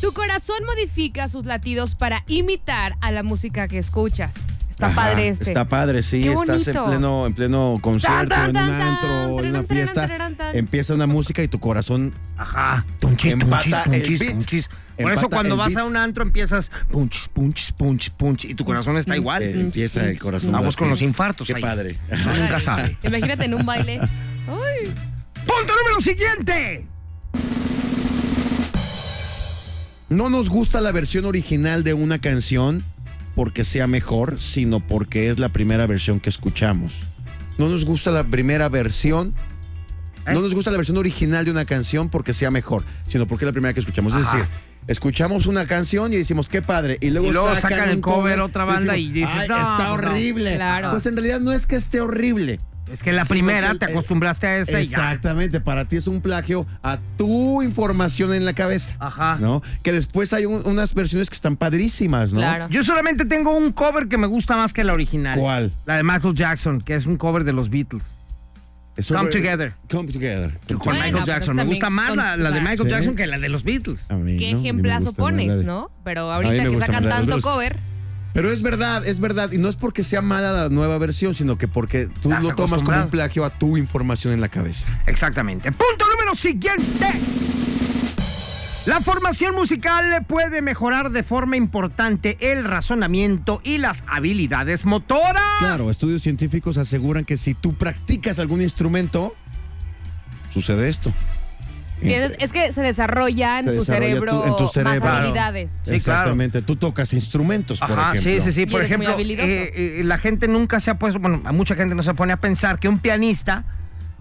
Speaker 3: Tu corazón modifica sus latidos para imitar a la música que escuchas. Está
Speaker 2: Ajá,
Speaker 3: padre este.
Speaker 2: Está padre, sí.
Speaker 3: Qué
Speaker 2: Estás en
Speaker 3: bonito.
Speaker 2: pleno, en pleno concierto,
Speaker 3: Tan, tan,
Speaker 2: en un
Speaker 3: tan,
Speaker 2: antro,
Speaker 3: tan,
Speaker 2: en una
Speaker 3: tan, tan,
Speaker 2: fiesta.
Speaker 3: tan, tan, tan.
Speaker 2: Empieza una música y tu corazón.
Speaker 1: Ajá. Punchis,
Speaker 2: Empata
Speaker 1: punchis,
Speaker 2: el
Speaker 1: punchis,
Speaker 2: beat.
Speaker 1: punchis. Por
Speaker 2: Empata
Speaker 1: eso cuando
Speaker 2: el
Speaker 1: vas
Speaker 2: beat.
Speaker 1: a un antro empiezas punchis, punchis, punchis, punchis. Y tu corazón está igual.
Speaker 2: eh, empieza el corazón.
Speaker 1: Vamos
Speaker 2: latir.
Speaker 1: con los infartos
Speaker 2: Qué
Speaker 1: ahí.
Speaker 2: padre.
Speaker 1: Uno Nunca sabe.
Speaker 2: [laughs]
Speaker 3: Imagínate en un baile. Ay.
Speaker 1: Punto número siguiente.
Speaker 2: No nos gusta la versión original de una canción porque sea mejor, sino porque es la primera versión que escuchamos. No nos gusta la primera versión.
Speaker 1: ¿Eh?
Speaker 2: No nos gusta la versión original de una canción porque sea mejor, sino porque es la primera que escuchamos. Es
Speaker 1: Ajá.
Speaker 2: decir, escuchamos una canción y decimos, qué padre. Y luego,
Speaker 1: Y luego sacan el
Speaker 2: un
Speaker 1: cover, otra banda,
Speaker 2: decimos,
Speaker 1: y dices,
Speaker 2: "Ay,
Speaker 1: "No,
Speaker 2: está
Speaker 1: no".
Speaker 2: horrible.
Speaker 3: Claro.
Speaker 2: Pues en realidad no es que esté horrible.
Speaker 1: Es que la
Speaker 2: sino
Speaker 1: primera
Speaker 2: que el-
Speaker 1: te acostumbraste a esa y ya.
Speaker 2: Exactamente, para ti es un plagio a tu información en la cabeza.
Speaker 1: Ajá.
Speaker 2: ¿No? Que después hay un- unas versiones que están padrísimas, ¿no?
Speaker 3: Claro.
Speaker 1: Yo solamente tengo un cover que me gusta más que la original.
Speaker 2: ¿Cuál?
Speaker 1: La de Michael Jackson, que es un cover de los Beatles.
Speaker 2: Eso-
Speaker 1: Come Together.
Speaker 2: Come together.
Speaker 1: Con
Speaker 3: Bueno,
Speaker 1: Michael
Speaker 3: pero
Speaker 1: Jackson. Me
Speaker 3: también
Speaker 1: gusta más
Speaker 3: con-
Speaker 1: la, la de
Speaker 3: o sea,
Speaker 1: Michael
Speaker 2: ¿Sí?
Speaker 1: Jackson que la de los Beatles.
Speaker 2: A mí,
Speaker 3: Qué
Speaker 2: ¿no? A mí me
Speaker 3: ejemplazo
Speaker 2: gusta más la
Speaker 3: pones,
Speaker 2: de-
Speaker 3: ¿no? Pero
Speaker 2: A mí
Speaker 3: ahorita
Speaker 2: me
Speaker 3: que
Speaker 2: gusta
Speaker 3: sacan
Speaker 2: más la de
Speaker 3: tanto
Speaker 2: Bruce.
Speaker 3: cover.
Speaker 2: Pero es verdad, es verdad. Y no es porque sea mala la nueva versión, sino que porque tú
Speaker 1: Estás
Speaker 2: lo tomas como
Speaker 1: acostumbrado.
Speaker 2: un plagio a tu información en la cabeza.
Speaker 1: Exactamente. Punto número siguiente. La formación musical puede mejorar de forma importante el razonamiento y las habilidades motoras.
Speaker 2: Claro, estudios científicos aseguran que si tú practicas algún instrumento, sucede esto.
Speaker 3: Tienes- es que se desarrolla en
Speaker 2: Se
Speaker 3: tu,
Speaker 2: desarrolla
Speaker 3: cerebro
Speaker 2: tu- en tu cerebro.
Speaker 3: más habilidades.
Speaker 1: claro.
Speaker 2: Exactamente. Tú tocas instrumentos, por
Speaker 1: Ajá,
Speaker 2: ejemplo.
Speaker 1: sí, sí, sí.
Speaker 3: Y
Speaker 1: Por
Speaker 3: eres muy
Speaker 1: ejemplo,
Speaker 3: habilidoso.
Speaker 1: eh, eh, la gente nunca se ha puesto, bueno, a mucha gente no se pone a pensar que un pianista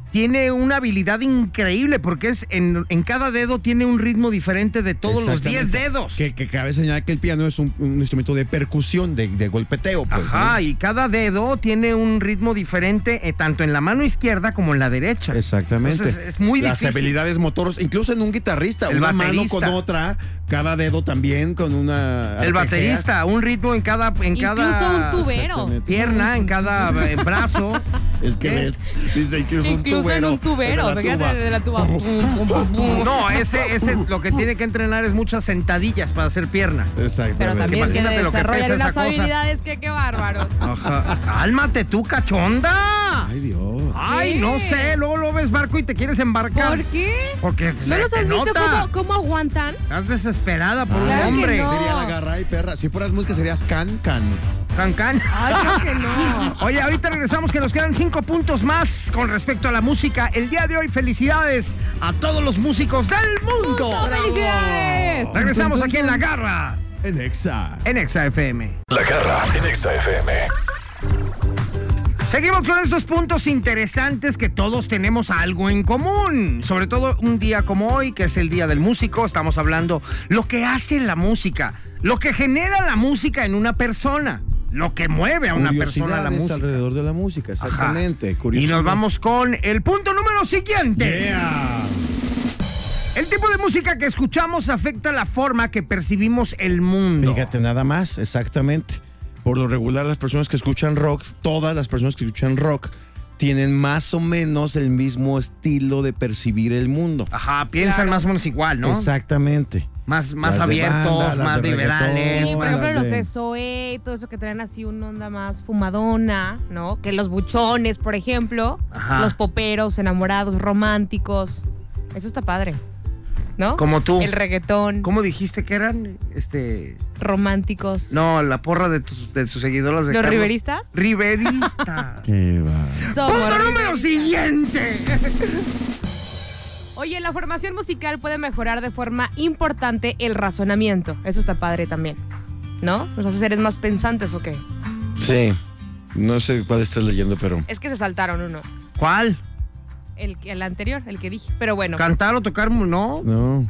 Speaker 1: tiene una habilidad increíble porque es en, en cada dedo tiene un ritmo diferente de todos los 10
Speaker 2: Exactamente.
Speaker 1: dedos.
Speaker 2: Que, que cabe señalar que el piano es un, un instrumento de percusión, de, de golpeteo, pues.
Speaker 1: Ajá,
Speaker 2: ¿no?
Speaker 1: y cada dedo tiene un ritmo diferente eh, tanto en la mano izquierda como en la derecha.
Speaker 2: Exactamente.
Speaker 1: Entonces, es muy
Speaker 2: Las
Speaker 1: difícil.
Speaker 2: habilidades motoras, incluso en un guitarrista,
Speaker 1: El
Speaker 2: una
Speaker 1: baterista.
Speaker 2: mano con otra, cada dedo también con una.
Speaker 1: El
Speaker 2: arpejea.
Speaker 1: baterista, un ritmo en cada, en cada
Speaker 3: Incluso un tubero.
Speaker 2: Exactamente.
Speaker 1: pierna, en cada eh, brazo.
Speaker 2: [laughs] Es que
Speaker 1: ¿Qué?
Speaker 2: ves, dice incluso,
Speaker 3: Incluso en un tubero.
Speaker 2: el
Speaker 3: Fíjate
Speaker 2: de la tuba. Oh.
Speaker 3: de la tuba. Pum, pum, pum, pum.
Speaker 1: No, ese, ese lo que tiene que entrenar es muchas sentadillas para hacer pierna.
Speaker 2: Exactamente.
Speaker 3: Pero también se
Speaker 1: Imagínate lo que
Speaker 3: desarrollan
Speaker 1: pesa esa
Speaker 3: unas
Speaker 1: cosa.
Speaker 3: habilidades que qué bárbaros.
Speaker 1: Ajá. Cálmate tú, cachonda.
Speaker 2: Ay, Dios.
Speaker 1: Ay,
Speaker 3: ¿Qué?
Speaker 1: no sé, luego lo ves barco y te quieres embarcar.
Speaker 3: ¿Por qué?
Speaker 1: Porque
Speaker 3: ¿No
Speaker 1: se
Speaker 3: los
Speaker 1: te
Speaker 3: has visto
Speaker 1: nota.
Speaker 3: cómo, cómo aguantan?
Speaker 1: Estás desesperada por
Speaker 3: Claro que
Speaker 1: un hombre.
Speaker 3: no.
Speaker 2: Diría la garra y perra. Si fueras música serías can, can.
Speaker 1: Can, can.
Speaker 3: Ay, creo que
Speaker 1: [laughs]
Speaker 3: no.
Speaker 1: Oye, ahorita regresamos que nos quedan cinco puntos más con respecto a la música. El día de hoy, felicidades a todos los músicos del mundo.
Speaker 3: ¡Felicidades!
Speaker 1: Regresamos aquí en La Garra,
Speaker 2: En Exa.
Speaker 1: en Exa FM.
Speaker 5: La garra en Exa FM.
Speaker 1: Seguimos con estos puntos interesantes que todos tenemos algo en común. Sobre todo un día como hoy, que es el Día del Músico. Estamos hablando lo que hace la música, lo que genera la música en una persona, lo que mueve a una persona la
Speaker 2: Curiosidades
Speaker 1: música.
Speaker 2: alrededor de la música,
Speaker 1: Ajá.
Speaker 2: exactamente.
Speaker 1: Y
Speaker 2: curiosidad.
Speaker 1: nos vamos con el punto número siguiente.
Speaker 2: Yeah.
Speaker 1: El tipo de música que escuchamos afecta la forma que percibimos el mundo.
Speaker 2: Fíjate, nada más, exactamente. Por lo regular, las personas que escuchan rock, todas las personas que escuchan rock, tienen más o menos el mismo estilo de percibir el mundo.
Speaker 1: Ajá, piensan
Speaker 3: Claro.
Speaker 1: más o menos igual, Ah, ¿no?
Speaker 2: Exactamente.
Speaker 1: Más, más
Speaker 2: Las de
Speaker 1: abiertos,
Speaker 2: banda, las
Speaker 1: más
Speaker 2: de
Speaker 1: liberales.
Speaker 3: Sí,
Speaker 2: reggaetón.
Speaker 3: por
Speaker 2: Hola,
Speaker 3: ejemplo, los
Speaker 2: Ben.
Speaker 3: de Zoe y todo eso que traen así una onda más fumadona, ¿no? Que los buchones, por ejemplo.
Speaker 1: Ajá.
Speaker 3: Los poperos, enamorados, románticos. Eso está padre. ¿no?
Speaker 1: Como tú.
Speaker 3: El reggaetón,
Speaker 1: ¿Cómo dijiste que eran? Este.
Speaker 3: románticos.
Speaker 1: No, la porra de, tus, de sus seguidoras de
Speaker 3: ¿Los
Speaker 1: Carlos.
Speaker 3: riveristas?
Speaker 1: Riverista.
Speaker 3: [laughs]
Speaker 2: Qué va.
Speaker 3: Somos
Speaker 1: Punto número
Speaker 3: riveristas.
Speaker 1: siguiente.
Speaker 3: Oye, la formación musical puede mejorar de forma importante el razonamiento. Eso está padre también. ¿No? ¿Nos hace seres más pensantes o qué?
Speaker 2: Sí. No sé cuál estás leyendo, pero.
Speaker 3: Es que se saltaron uno.
Speaker 1: ¿Cuál?
Speaker 3: El, el anterior, el que dije. Pero bueno.
Speaker 1: ¿Cantar o tocar? mu- No.
Speaker 2: No.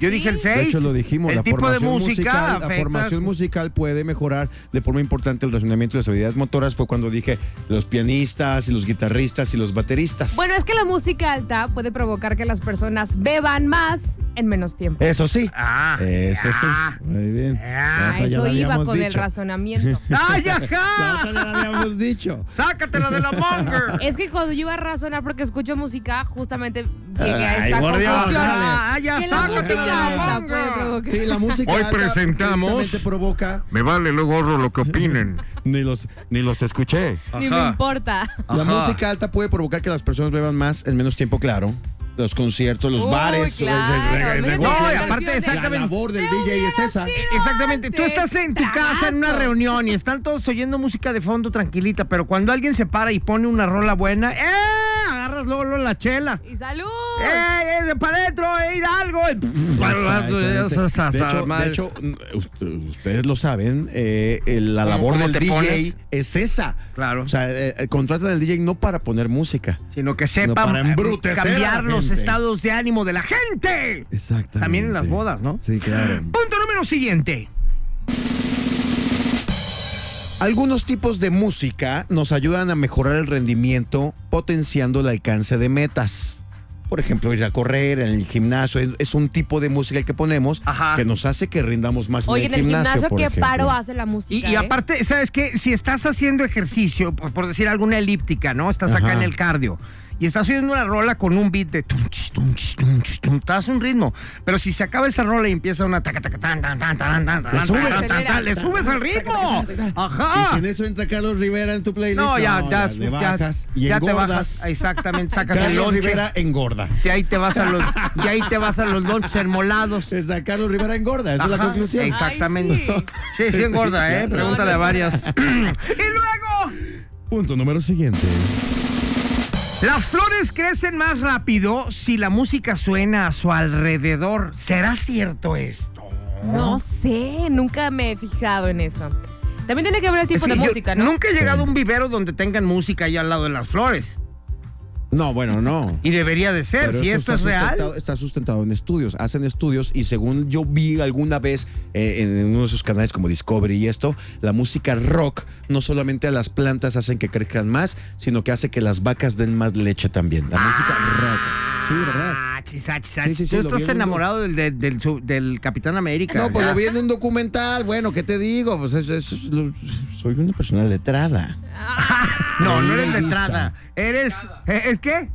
Speaker 1: Yo dije el
Speaker 3: Sí.
Speaker 1: 6.
Speaker 2: De hecho, lo dijimos.
Speaker 1: El
Speaker 2: la
Speaker 1: tipo de
Speaker 2: formación
Speaker 1: música.
Speaker 2: musical-
Speaker 1: afecta-
Speaker 2: la formación musical puede mejorar de forma importante el razonamiento de las habilidades motoras. Fue cuando dije los pianistas y los guitarristas y los bateristas.
Speaker 3: Bueno, es que la música alta puede provocar que las personas beban más en menos tiempo.
Speaker 2: Eso sí.
Speaker 1: Ah.
Speaker 2: Eso sí. [laughs]
Speaker 1: ah.
Speaker 2: Muy bien.
Speaker 1: Ah,
Speaker 2: La
Speaker 3: Ah,
Speaker 2: otra ya
Speaker 3: eso
Speaker 2: la
Speaker 3: iba
Speaker 2: habíamos
Speaker 3: con el
Speaker 2: dicho.
Speaker 3: razonamiento.
Speaker 1: ¡Ay,
Speaker 2: La otra
Speaker 1: ajá!
Speaker 2: ya la habíamos dicho.
Speaker 1: ¡Sácatela [laughs] de la monger!
Speaker 3: Es que cuando yo iba a razonar porque escucho música, justamente llegué a
Speaker 2: Ay,
Speaker 3: esta
Speaker 2: por Dios,
Speaker 3: conclusión.
Speaker 1: dale. Ah, ya,
Speaker 3: que la
Speaker 1: sácatela de la
Speaker 3: música alta pues,
Speaker 1: manga.
Speaker 3: puede provocar.
Speaker 2: Sí, la música.
Speaker 7: Hoy
Speaker 2: alta
Speaker 7: presentamos-
Speaker 2: precisamente provoca.
Speaker 7: Me vale lo gorro lo que opinen.
Speaker 2: Ni los, ni los escuché.
Speaker 3: [laughs] Ni me importa.
Speaker 2: La
Speaker 1: Ajá.
Speaker 2: música alta puede provocar que las personas beban más en menos tiempo, claro. Los conciertos, los
Speaker 3: Uy,
Speaker 2: bares.
Speaker 3: claro,
Speaker 2: el- el- el- el-
Speaker 3: mira,
Speaker 1: No, y aparte,
Speaker 3: la canción de-
Speaker 2: la
Speaker 1: exactamente.
Speaker 2: labor del DJ es esa.
Speaker 1: Exactamente, tú
Speaker 3: Antes,
Speaker 1: estás en tu casa en una
Speaker 3: trabazo.
Speaker 1: reunión y están todos oyendo música de fondo tranquilita, pero cuando alguien se para y pone una rola buena, ¡eh! Agarras luego, luego la chela.
Speaker 3: ¡Y salud!
Speaker 1: ¡Eh! eh para adentro! ¡Eh! ¡Hidalgo!
Speaker 2: Exactamente. De hecho, de
Speaker 1: De
Speaker 2: hecho, mm, ust- ustedes lo saben, eh, el- la
Speaker 1: ¿Cómo-
Speaker 2: labor
Speaker 1: cómo
Speaker 2: del
Speaker 1: te
Speaker 2: DJ
Speaker 1: pones?
Speaker 2: es esa.
Speaker 1: Claro.
Speaker 2: O sea, eh, eh, contratan al DJ no para poner música.
Speaker 1: sino que
Speaker 2: No,
Speaker 1: sepa
Speaker 2: para embrutecer a la
Speaker 1: cambiar los
Speaker 2: gente.
Speaker 1: estados de ánimo de la gente.
Speaker 2: Exactamente.
Speaker 1: También en las bodas, ¿no?
Speaker 2: Sí, claro.
Speaker 1: Punto número siguiente.
Speaker 2: Algunos tipos de música nos ayudan a mejorar el rendimiento potenciando el alcance de metas. Por ejemplo, ir a correr en el gimnasio es, es un tipo de música que ponemos
Speaker 1: Ajá.
Speaker 2: que nos hace que rindamos más
Speaker 3: Oye, en el gimnasio,
Speaker 2: por
Speaker 3: ¿qué
Speaker 2: ejemplo.
Speaker 3: paro hace la música?
Speaker 1: Y, y
Speaker 3: eh?
Speaker 1: aparte, ¿sabes qué? Si estás haciendo ejercicio, por, por decir alguna elíptica, ¿no? Estás acá
Speaker 2: Ajá.
Speaker 1: en el cardio. Y estás oyendo una rola con un beat de tunch, tunch, tunch, tunch, te das un ritmo. Pero si se acaba esa rola y empieza una taca, taca, tan, tan, tan, tan, tan, tan,
Speaker 2: Le
Speaker 1: tan,
Speaker 2: subes.
Speaker 1: tan, tan, tan, le subes al ritmo.
Speaker 2: Y si
Speaker 1: Ajá.
Speaker 2: en este eso entra Carlos Rivera en tu playlist.
Speaker 1: Ah. No, ya, ya, ya,
Speaker 2: le bajas y
Speaker 1: ya te
Speaker 2: engordas.
Speaker 1: bajas. Exactamente, sacas el
Speaker 2: Carlos
Speaker 1: lonche.
Speaker 2: Rivera engorda.
Speaker 1: De ahí te vas a los, de ahí te vas a los lonches enmolados.
Speaker 2: Esa Carlos Rivera engorda, esa es la
Speaker 1: Ajá,
Speaker 2: conclusión.
Speaker 1: Exactamente.
Speaker 3: Ay,
Speaker 1: sí. sí, engorda, ¿eh?
Speaker 2: Sí, [laughs] claro.
Speaker 1: Pregúntale a
Speaker 3: No, no, no.
Speaker 1: varias. [laughs] y luego,
Speaker 2: Punto número siguiente.
Speaker 1: las flores crecen más rápido si la música suena a su alrededor. ¿Será cierto esto? Pues
Speaker 3: No sé, nunca me he fijado en eso. También tiene que ver el
Speaker 1: Es
Speaker 3: tipo de
Speaker 1: que yo
Speaker 3: música, ¿no?
Speaker 1: Nunca he llegado a un vivero donde tengan música ahí al lado de las flores.
Speaker 2: No, bueno, no.
Speaker 1: Y debería de ser,
Speaker 2: Pero
Speaker 1: si esto, es real.
Speaker 2: sustentado- está sustentado en estudios. Hacen estudios y según yo vi alguna vez eh, en, en uno de sus canales como Discovery y esto, la música rock no solamente a las plantas hacen que crezcan más, sino que hace que las vacas den más leche también. La música rock. Sí, ¿verdad?
Speaker 1: Ah, chis, ah, chis, ah,
Speaker 2: Sí,
Speaker 1: chis.
Speaker 2: sí, sí,
Speaker 1: Tú
Speaker 2: lo vi
Speaker 1: estás
Speaker 2: en un
Speaker 1: enamorado del, del, del su- del Capitán América.
Speaker 2: No, pues
Speaker 1: ya.
Speaker 2: lo vi en un documental. Bueno, ¿qué te digo? Pues eso- eso es lo- soy una persona letrada.
Speaker 1: No, no eres
Speaker 2: Lista.
Speaker 1: letrada. Eres. ¿eh, ¿Es qué?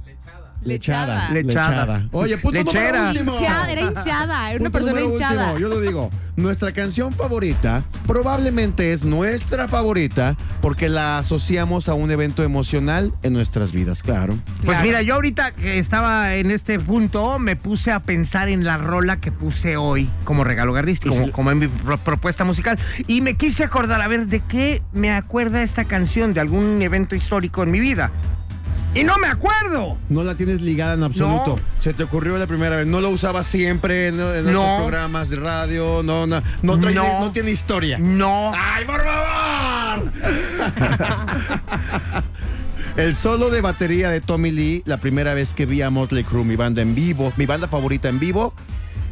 Speaker 3: Lechada.
Speaker 1: Lechada.
Speaker 2: Oye, punto
Speaker 1: Lechera.
Speaker 2: número último.
Speaker 3: Hinchada,
Speaker 2: [laughs]
Speaker 3: era hinchada, era una
Speaker 2: Punto
Speaker 3: persona
Speaker 2: número
Speaker 3: hinchada.
Speaker 2: último, yo lo digo. Nuestra canción favorita probablemente es nuestra favorita porque la asociamos a un evento emocional en nuestras vidas, claro.
Speaker 1: Pues
Speaker 3: Claro.
Speaker 1: mira, yo ahorita que estaba en este punto, me puse a pensar en la rola que puse hoy como regalo garrístico,
Speaker 2: Y
Speaker 1: como,
Speaker 2: si-
Speaker 1: como en mi pro- propuesta musical. Y me quise acordar, a ver, ¿de qué me acuerda esta canción? ¿De algún evento histórico en mi vida? ¡Y no me acuerdo!
Speaker 2: No la tienes ligada en absoluto. Se te ocurrió la primera vez. No la usabas siempre en, en
Speaker 1: No.
Speaker 2: otros programas de radio. No, no. No, trae-
Speaker 1: No.
Speaker 2: no tiene historia.
Speaker 1: No.
Speaker 2: ¡Ay, por favor! [laughs] El solo de batería de Tommy Lee, la primera vez que vi a Motley Crue, mi banda en vivo, mi banda favorita en vivo,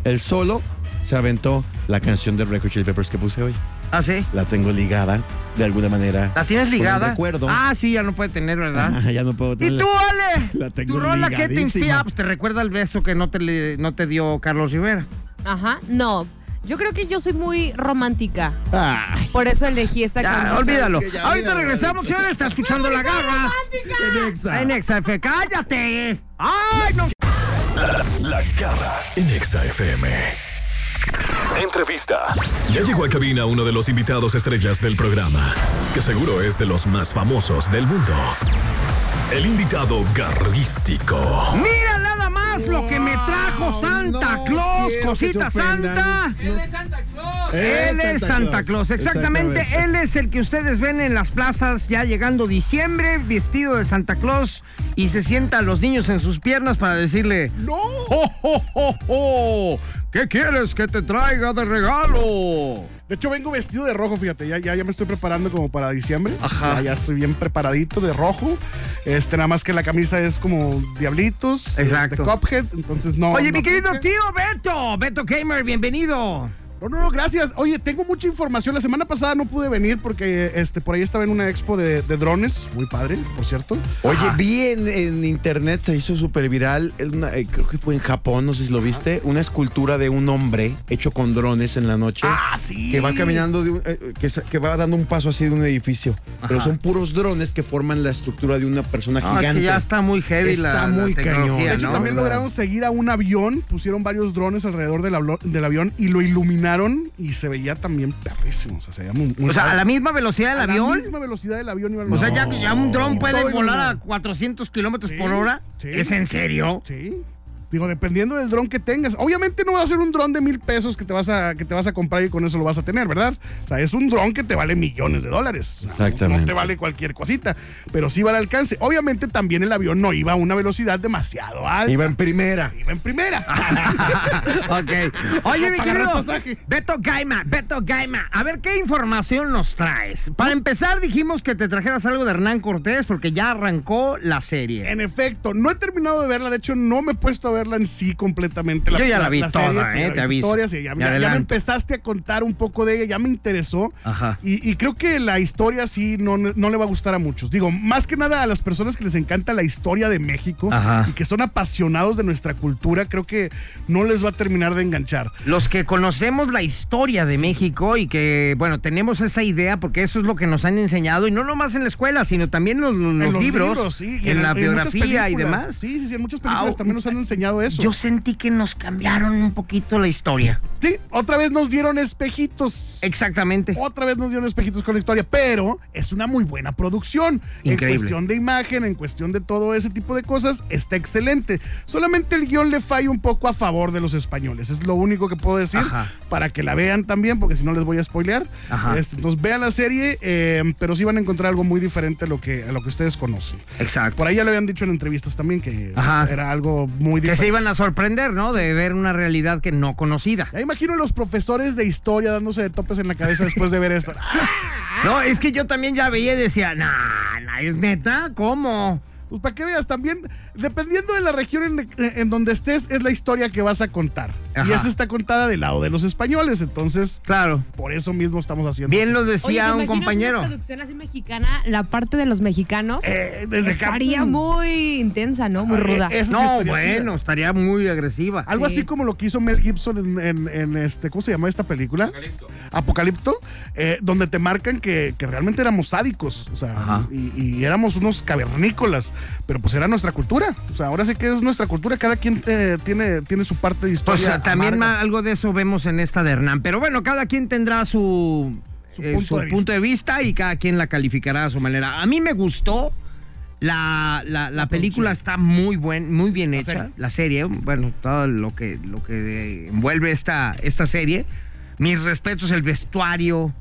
Speaker 2: el solo se aventó la canción de Red Hot Chili Peppers que puse hoy.
Speaker 1: ¿Ah, sí?
Speaker 2: La tengo ligada de alguna manera.
Speaker 1: ¿La tienes
Speaker 2: Por un
Speaker 1: ligada?
Speaker 2: recuerdo.
Speaker 1: Ah, sí, ya no puede tener, ¿verdad?
Speaker 2: Ah, [laughs] ya no puedo
Speaker 1: ¿Y
Speaker 2: tenerla.
Speaker 1: tú, Ale?
Speaker 2: la tengo
Speaker 1: ¿Tu rola qué te
Speaker 2: ligadísima.
Speaker 1: inspira? Pues te recuerda el beso que no te, le- no te dio Carlos Rivera.
Speaker 3: Ajá, no. Yo creo que yo soy muy romántica.
Speaker 2: Ah,
Speaker 3: Por eso elegí esta
Speaker 1: Ya,
Speaker 3: canción.
Speaker 1: olvídalo.
Speaker 2: que ya
Speaker 1: Ahorita
Speaker 2: había-
Speaker 1: regresamos, señores. Está escuchando la garra.
Speaker 2: en Exa.
Speaker 1: En XF, cállate. ¡Ay, no!
Speaker 5: La garra [laughs] en Exa FM. Entrevista. Ya llegó a cabina uno de los invitados estrellas del programa, que seguro es de los más famosos del mundo. El invitado garrístico.
Speaker 1: Mira nada más veas lo que me trajo Santa
Speaker 2: no
Speaker 1: Claus,
Speaker 2: quiero que
Speaker 1: cosita
Speaker 2: se ofendan.
Speaker 1: santa. Él es Santa Claus, exactamente. Él es el que ustedes ven en las plazas ya llegando diciembre, vestido de Santa Claus y se sienta a los niños en sus piernas para decirle: ¡No! ¿Qué quieres que te traiga de regalo?
Speaker 6: De hecho, vengo vestido de rojo, fíjate. Ya, ya, ya me estoy preparando como para diciembre.
Speaker 1: Ajá.
Speaker 6: Ya, ya estoy bien preparadito de rojo. Este, nada más que la camisa es como Diablitos. eh,
Speaker 1: Exacto.
Speaker 6: De Cuphead. Entonces, no.
Speaker 1: Oye,
Speaker 6: no
Speaker 1: mi querido
Speaker 6: creo que-
Speaker 1: tío Beto, Beto Gamer, bienvenido.
Speaker 6: No, no, no, gracias. Oye, tengo mucha información. La semana pasada no pude venir porque este, por ahí estaba en una expo de, de drones. Muy padre, por cierto.
Speaker 2: Oye, vi en, en internet, se hizo súper viral, es una- eh, creo que fue en Japón, no sé si lo viste, una escultura de un hombre hecho con drones en la noche.
Speaker 1: Ah,
Speaker 6: sí.
Speaker 2: Que va caminando, de un- eh, eh, que, sa- que va dando un paso así de un edificio. Pero son puros drones que forman la estructura de una persona
Speaker 1: Ah, es
Speaker 2: gigante.
Speaker 1: que ya está muy heavy la-
Speaker 2: Está
Speaker 1: Ah, la,
Speaker 2: muy
Speaker 6: De
Speaker 1: tecnología,
Speaker 2: cañón.
Speaker 6: hecho,
Speaker 1: ¿no?
Speaker 6: también
Speaker 2: ¿verdad?
Speaker 6: lograron seguir a un avión. Pusieron varios drones alrededor del, avlo- del avión y lo iluminaron y se veía también perrísimo. O sea, se veía muy, muy
Speaker 1: O sea,
Speaker 6: padre.
Speaker 1: a la misma velocidad del
Speaker 6: A la
Speaker 1: avión.
Speaker 6: misma velocidad del avión iban
Speaker 1: O
Speaker 6: los-
Speaker 1: sea, ya, ya un dron puede
Speaker 6: Todo
Speaker 1: volar a
Speaker 6: iluminado.
Speaker 1: 400 kilómetros
Speaker 6: Sí,
Speaker 1: por hora.
Speaker 6: sí.
Speaker 1: ¿Es en [laughs] serio?
Speaker 6: Sí. Digo, dependiendo del dron que tengas. Obviamente no va a ser un dron de mil pesos que te vas a que te vas a comprar y con eso lo vas a tener, ¿verdad? O sea, es un dron que te vale millones de dólares. O sea, no-
Speaker 2: Exactamente.
Speaker 6: No te vale cualquier cosita, pero sí va al alcance. Obviamente también el avión no iba a una velocidad demasiado alta.
Speaker 2: Iba en primera.
Speaker 6: Iba en
Speaker 2: [laughs]
Speaker 6: primera.
Speaker 1: ok. Oye, mi
Speaker 6: Para agarrar
Speaker 1: querido
Speaker 6: pasaje.
Speaker 1: Beto Gaima, Beto Gaima, a ver qué información nos traes. Para empezar, dijimos que te trajeras algo de Hernán Cortés porque ya arrancó la serie.
Speaker 6: En efecto, no he terminado de verla, de hecho no me he puesto a verla en sí completamente.
Speaker 1: Yo ya la vi
Speaker 6: serie,
Speaker 1: toda,
Speaker 6: pero
Speaker 1: eh,
Speaker 6: las
Speaker 1: te aviso.
Speaker 6: historias, sí, ya,
Speaker 1: Me
Speaker 6: ya- ya me
Speaker 1: adelanto.
Speaker 6: empezaste a contar un poco de ella, ya me interesó.
Speaker 1: Ajá.
Speaker 6: Y, y creo que la historia sí no, no le va a gustar a muchos. Digo, más que nada a las personas que les encanta la historia de México
Speaker 1: Ajá.
Speaker 6: y que son apasionados de nuestra cultura, creo que no les va a terminar de enganchar.
Speaker 1: Los que conocemos la historia de México y que, bueno, tenemos esa idea porque eso es lo que nos han enseñado y no nomás en la escuela, sino también en los, los
Speaker 6: En
Speaker 1: libros,
Speaker 6: sí, y
Speaker 1: en, la
Speaker 6: en muchas
Speaker 1: biografía y
Speaker 6: películas.
Speaker 1: demás.
Speaker 6: Sí, sí, sí, en muchas películas
Speaker 1: Au.
Speaker 6: también nos han enseñado eso.
Speaker 1: Yo sentí que nos cambiaron un poquito la historia.
Speaker 6: Sí, otra vez nos dieron espejitos.
Speaker 1: Exactamente.
Speaker 6: Otra vez nos dieron espejitos con la historia, pero es una muy buena producción.
Speaker 1: Increíble.
Speaker 6: En cuestión de imagen, en cuestión de todo ese tipo de cosas, está excelente. Solamente el guión le falla un poco a favor de los españoles. Es lo único que puedo decir
Speaker 1: Ajá.
Speaker 6: para que la vean también, porque si no les voy a spoilear.
Speaker 1: Ajá.
Speaker 6: Este, entonces vean la serie, eh, pero sí van a encontrar algo muy diferente a lo que, a lo que ustedes conocen.
Speaker 1: Exacto.
Speaker 6: Por ahí ya lo habían dicho en entrevistas también que
Speaker 1: Ajá.
Speaker 6: era algo muy
Speaker 1: Que
Speaker 6: diferente.
Speaker 1: se iban a sorprender, ¿no? De ver una realidad que no conocida.
Speaker 6: Ya imagino a los profesores de historia dándose de topes en la cabeza después de ver
Speaker 1: [laughs]
Speaker 6: esto. Ah.
Speaker 1: No, es que yo también ya veía y decía, nah, nah, es neta, ¿cómo?
Speaker 6: Pues para que veas también, dependiendo de la región en, eh, en donde estés, es la historia que vas a contar.
Speaker 1: Ajá.
Speaker 6: Y esa está contada del lado de los españoles, entonces
Speaker 1: Claro.
Speaker 6: por eso mismo estamos haciendo.
Speaker 1: Bien lo
Speaker 3: Oye, ¿te
Speaker 1: decía
Speaker 3: imaginas
Speaker 1: un
Speaker 3: una
Speaker 1: compañero.
Speaker 3: producción así mexicana, la parte de los mexicanos.
Speaker 6: Eh, desde acá.
Speaker 3: Estaría muy intensa, ¿no? Muy
Speaker 6: Eh,
Speaker 3: ruda.
Speaker 6: esa sí
Speaker 1: No,
Speaker 6: estaría chida.
Speaker 1: bueno, estaría muy agresiva.
Speaker 6: Algo
Speaker 3: Sí.
Speaker 6: así como lo que hizo Mel Gibson en, en- en este, ¿cómo se llama esta película? Apocalipto. Apocalipto, eh, donde te marcan que, que realmente éramos sádicos, o sea,
Speaker 1: Ajá.
Speaker 6: y, y éramos unos cavernícolas, pero pues era nuestra cultura, o sea, ahora sí que es nuestra cultura, cada quien eh, tiene, tiene su parte de
Speaker 1: Pues
Speaker 6: historia.
Speaker 1: también
Speaker 6: amarga.
Speaker 1: ma- algo de eso vemos en esta de Hernán. Pero bueno, cada quien tendrá su,
Speaker 6: Su
Speaker 1: eh,
Speaker 6: punto
Speaker 1: su
Speaker 6: de vista.
Speaker 1: punto de vista y cada quien la calificará a su manera. A mí me gustó. La, la- la película está muy buen, muy bien hecha.
Speaker 6: serie?
Speaker 1: La serie, bueno, todo lo que, lo que envuelve esta, esta serie. Mis respetos, el vestuario,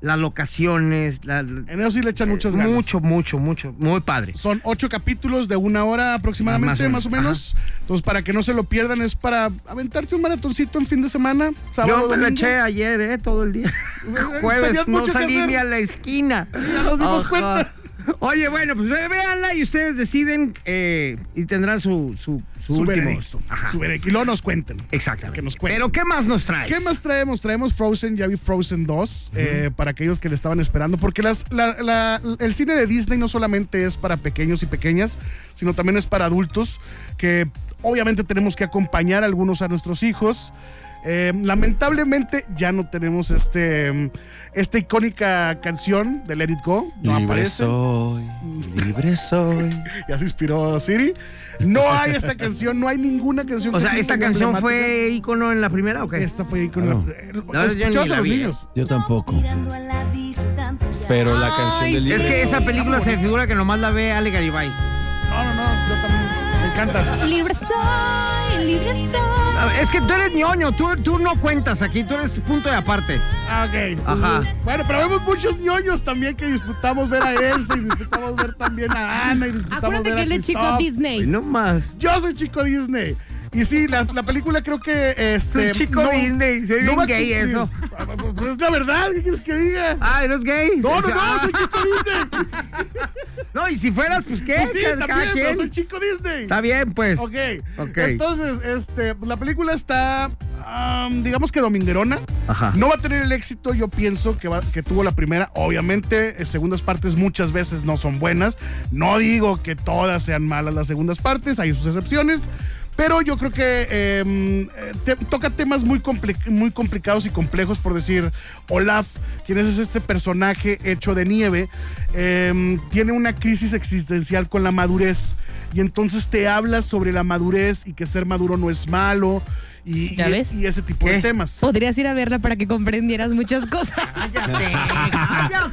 Speaker 1: las locaciones, la-
Speaker 6: En eso sí le
Speaker 1: Eh,
Speaker 6: echan muchas ganas.
Speaker 1: mucho, mucho, mucho. Muy padre.
Speaker 6: Son ocho capítulos de una hora aproximadamente,
Speaker 1: Ah, más
Speaker 6: más
Speaker 1: o
Speaker 6: o
Speaker 1: menos.
Speaker 6: menos. Entonces, para que no se lo pierdan, es para aventarte un maratoncito en fin de semana. Sábado,
Speaker 1: Yo me la
Speaker 6: domingo.
Speaker 1: eché ayer, ¿eh? Todo el
Speaker 6: [laughs]
Speaker 1: día. [laughs] Jueves,
Speaker 6: Tenías
Speaker 1: no
Speaker 6: mucho que
Speaker 1: salí
Speaker 6: hacer.
Speaker 1: ni a la esquina. Ya
Speaker 6: nos dimos cuenta.
Speaker 1: Oye, bueno, pues ve- véanla y ustedes deciden eh, y tendrán su, su, su
Speaker 6: Su
Speaker 1: último.
Speaker 6: veredicto.
Speaker 1: Ajá.
Speaker 6: Su veredicto. Y luego nos cuenten.
Speaker 1: Exactamente.
Speaker 6: Que nos cuenten.
Speaker 1: Pero ¿qué más nos traes?
Speaker 6: ¿Qué más traemos? Traemos Frozen, ya vi Frozen 2, eh, para aquellos que le estaban esperando, porque las, la- la- el cine de Disney no solamente es para pequeños y pequeñas, sino también es para adultos, que obviamente tenemos que acompañar a algunos a nuestros hijos. Eh, lamentablemente ya no tenemos este mm, esta icónica canción de Let It Go, no
Speaker 2: libre
Speaker 6: aparece.
Speaker 2: soy, libre soy.
Speaker 6: [laughs] Ya se inspiró Siri. No hay esta canción, no hay ninguna canción.
Speaker 1: O
Speaker 6: que
Speaker 1: sea,
Speaker 6: sea
Speaker 1: ¿esta
Speaker 6: muy
Speaker 1: canción
Speaker 6: emblemática.
Speaker 1: fue ícono en la primera o qué?
Speaker 6: Esta fue icónica.
Speaker 1: yo ni
Speaker 6: Escuchabas
Speaker 1: la
Speaker 6: a los
Speaker 1: vi, eh.
Speaker 6: niños.
Speaker 2: Yo tampoco.
Speaker 8: Mirando a la distancia.
Speaker 2: Pero la canción
Speaker 3: Ay,
Speaker 2: del
Speaker 3: sí.
Speaker 1: Es
Speaker 2: libre
Speaker 1: que
Speaker 2: soy-
Speaker 1: esa película se figura que nomás la ve Ale Garibay.
Speaker 6: No, no, no, yo también. encanta.
Speaker 8: Libre soy, libre soy.
Speaker 1: A ver, Es que tú eres ñoño, tú, tú no cuentas aquí, tú eres punto de aparte.
Speaker 6: Ah, ok.
Speaker 1: Ajá.
Speaker 6: Bueno, pero vemos muchos ñoños también que disfrutamos ver a ese y disfrutamos ver también a Ana y disfrutamos
Speaker 3: Acuérdate
Speaker 6: ver
Speaker 3: que
Speaker 6: a
Speaker 3: él es chico
Speaker 6: Christoph.
Speaker 3: Disney.
Speaker 1: No más.
Speaker 6: Yo soy chico Disney. Y sí, la, la película creo que este.
Speaker 1: Soy chico Disney, soy bien
Speaker 6: va a
Speaker 1: gay
Speaker 6: cumplir.
Speaker 1: eso. Ah,
Speaker 6: Ah, pues, Pues es la verdad, ¿qué quieres que diga?
Speaker 1: Ay, ¿no es gay?
Speaker 6: No, no,
Speaker 1: Ah, [laughs]
Speaker 6: no, soy chico Disney.
Speaker 1: no, y si fueras, pues qué,
Speaker 6: Pues sí,
Speaker 1: Cada-
Speaker 6: también,
Speaker 1: cada
Speaker 6: pero
Speaker 1: quien.
Speaker 6: soy chico Disney.
Speaker 1: Está bien, pues.
Speaker 6: Ok.
Speaker 1: Ok.
Speaker 6: Entonces, este, la película está, am, digamos que dominguerona.
Speaker 1: Ajá.
Speaker 6: No va a tener el éxito, yo pienso, que, va- que tuvo la primera. Obviamente, eh, segundas partes muchas veces no son buenas. No digo que todas sean malas las segundas partes, hay sus excepciones. Pero yo creo que em, eh, te- toca temas muy, comple- muy complicados y complejos, por decir, Olaf, quien es este personaje hecho de nieve, em, tiene una crisis existencial con la madurez. Y entonces te hablas sobre la madurez y que ser maduro no es malo y,
Speaker 3: ¿Ya
Speaker 6: y-
Speaker 3: ves? Pues,
Speaker 6: y ese tipo de
Speaker 1: ¿Qué?
Speaker 6: temas.
Speaker 3: Podrías ir a verla para que comprendieras muchas cosas.
Speaker 1: [laughs]